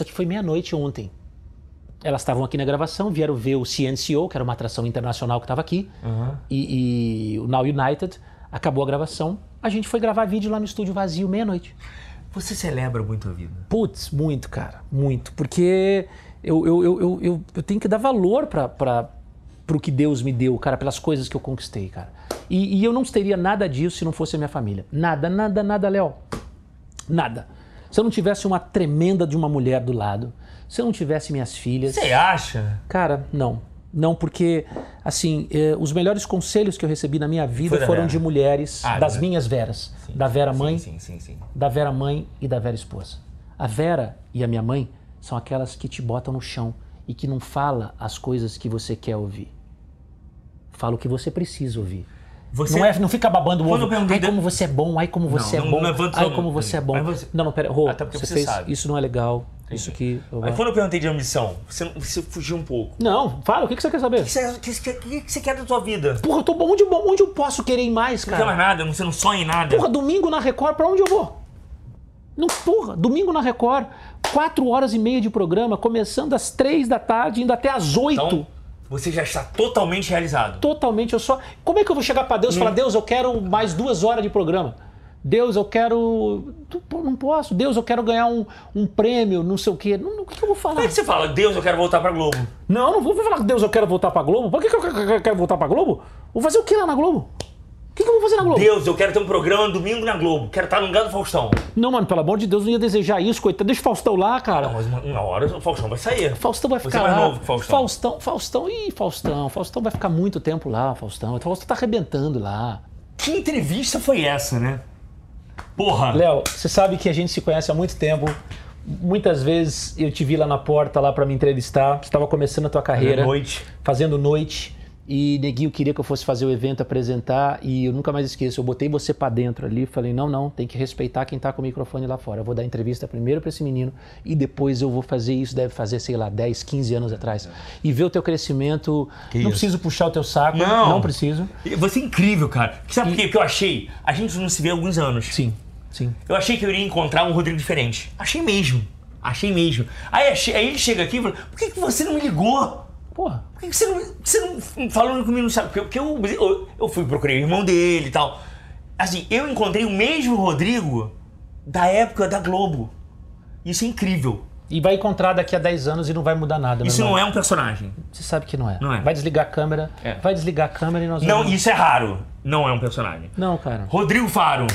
Speaker 3: aqui foi meia-noite ontem. Elas estavam aqui na gravação, vieram ver o CNCO, que era uma atração internacional que estava aqui, e, e o Now United. Acabou a gravação, a gente foi gravar vídeo lá no estúdio vazio, meia-noite.
Speaker 2: Você celebra muito a vida.
Speaker 3: Putz, muito, cara, muito. Porque eu, eu, eu, eu, eu- eu tenho que dar valor para o que Deus me deu, cara, pelas coisas que eu conquistei, cara. E, e eu não teria nada disso se não fosse a minha família. Nada, nada, nada, Léo. Nada. Se eu não tivesse uma tremenda de uma mulher do lado, se eu não tivesse minhas filhas.
Speaker 2: Você acha?
Speaker 3: Cara, não. Não, porque, assim, eh, os melhores conselhos que eu recebi na minha vida
Speaker 2: Foi da
Speaker 3: foram
Speaker 2: Vera.
Speaker 3: de mulheres,
Speaker 2: Ah,
Speaker 3: das
Speaker 2: da-
Speaker 3: minhas Veras. da Vera mãe,
Speaker 2: Sim, sim, sim.
Speaker 3: da Vera mãe e da Vera esposa. A Vera e a minha mãe são aquelas que te botam no chão e que não fala as coisas que você quer ouvir. Fala o que você precisa ouvir.
Speaker 2: Você-
Speaker 3: Não, é, não fica babando o
Speaker 2: Quando
Speaker 3: ovo.
Speaker 2: eu perguntei
Speaker 3: Ai,
Speaker 2: da-
Speaker 3: como você é bom, ai, como você
Speaker 2: não
Speaker 3: é bom,
Speaker 2: levanta
Speaker 3: ai,
Speaker 2: só-
Speaker 3: como você é bom.
Speaker 2: Mas você-
Speaker 3: Não, não, pera, Rô,
Speaker 2: Até porque
Speaker 3: você
Speaker 2: você
Speaker 3: fez,
Speaker 2: sabe.
Speaker 3: isso não é legal, isso que...
Speaker 2: Mas quando eu perguntei de ambição, você, você fugiu um pouco.
Speaker 3: Não, fala, o que que você quer saber?
Speaker 2: O que você- o que você- o que você quer da sua vida?
Speaker 3: Porra, eu tô onde, eu- onde eu posso querer ir mais,
Speaker 2: Não quer mais
Speaker 3: cara?
Speaker 2: nada, você não sonha em nada.
Speaker 3: Porra, domingo na Record, pra onde eu vou? Não, porra, domingo na Record, quatro horas e meia de programa, começando às três da tarde, indo até às oito.
Speaker 2: Então, você já está totalmente realizado.
Speaker 3: Totalmente, eu só. Como é que eu vou chegar pra Deus e falar, Deus, eu quero mais duas horas de programa? Deus, eu quero. Tu- pô, Não posso. Deus, eu quero ganhar um, um prêmio, não sei o quê. Não, não, o que que eu vou falar?
Speaker 2: Como é que você fala, Deus, eu quero voltar pra Globo?
Speaker 3: Não, não vou falar que Deus, eu quero voltar pra Globo. Por que, que eu que- que- quero voltar pra Globo? Vou fazer o que lá na Globo? O que, que eu vou fazer na Globo?
Speaker 2: Deus, eu quero ter um programa domingo na Globo. Quero estar no lugar do Faustão.
Speaker 3: Não, mano, pelo amor de Deus, não ia desejar isso, coitado. Deixa o Faustão lá, cara.
Speaker 2: Não, mas uma, uma hora o Faustão vai sair.
Speaker 3: Faustão vai
Speaker 2: Você
Speaker 3: ficar
Speaker 2: é mais
Speaker 3: lá.
Speaker 2: novo que o Faustão.
Speaker 3: Faustão, Faustão, ih, Faustão, Faustão vai ficar muito tempo lá, Faustão. O Faustão tá arrebentando lá.
Speaker 2: Que entrevista foi essa, né? Porra.
Speaker 3: Léo, você sabe que a gente se conhece há muito tempo. Muitas vezes eu te vi lá na porta lá para me entrevistar. Você estava começando a tua carreira,
Speaker 2: Fazendo noite.
Speaker 3: fazendo noite. E Neguinho queria que eu fosse fazer o evento, apresentar, e eu nunca mais esqueço. Eu botei você pra dentro ali, falei: "Não, não, tem que respeitar quem tá com o microfone lá fora. Eu vou dar entrevista primeiro pra esse menino e depois eu vou fazer isso, deve fazer, sei lá, 10, 15 anos atrás". E ver o teu crescimento, não preciso puxar o teu saco,
Speaker 2: Não.
Speaker 3: não preciso.
Speaker 2: Você é incrível, cara. Sabe por quê? Porque eu achei. A gente não se vê há alguns anos.
Speaker 3: Sim. Sim.
Speaker 2: Eu achei que eu iria encontrar um Rodrigo diferente. Achei mesmo. Achei mesmo. Aí, achei- aí ele chega aqui e fala: por que, que você não me ligou?
Speaker 3: Porra.
Speaker 2: Por que que você não, você não falou comigo no sabe? Porque eu, eu, eu fui procurei o irmão dele e tal. Assim, eu encontrei o mesmo Rodrigo da época da Globo. Isso é incrível.
Speaker 3: E vai encontrar daqui a 10 anos e não vai mudar nada, meu
Speaker 2: Isso
Speaker 3: irmão.
Speaker 2: não é um personagem.
Speaker 3: Você sabe que não é.
Speaker 2: Não é.
Speaker 3: Vai desligar a câmera,
Speaker 2: É.
Speaker 3: vai desligar a câmera e nós
Speaker 2: Não,
Speaker 3: vamos.
Speaker 2: isso é raro. Não é um personagem.
Speaker 3: Não, cara.
Speaker 2: Rodrigo Faro,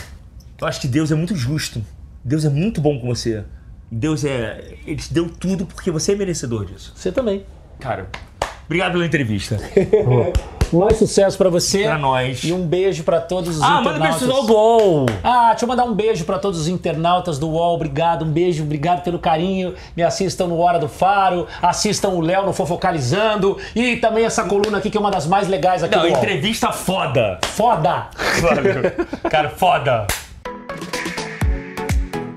Speaker 2: eu acho que Deus é muito justo. Deus é muito bom com você. Deus é. Ele te deu tudo porque você é merecedor disso.
Speaker 3: Você também.
Speaker 2: Cara, obrigado pela entrevista.
Speaker 3: Mais Um sucesso pra você.
Speaker 2: Pra nós.
Speaker 3: E um beijo pra todos os
Speaker 2: Ah, manda
Speaker 3: internautas.
Speaker 2: pessoal do UOL.
Speaker 3: Ah, deixa eu mandar um beijo pra todos os internautas do UOL. Obrigado, um beijo, obrigado pelo carinho. Me assistam no Hora do Faro, assistam o Léo no Fofocalizando e também essa coluna aqui que é uma das mais legais aqui
Speaker 2: Não,
Speaker 3: do UOL.
Speaker 2: entrevista foda.
Speaker 3: Foda!
Speaker 2: Cara, foda.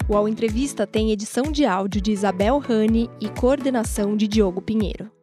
Speaker 1: O Ao Entrevista tem edição de áudio de Isabel Rani e coordenação de Diogo Pinheiro.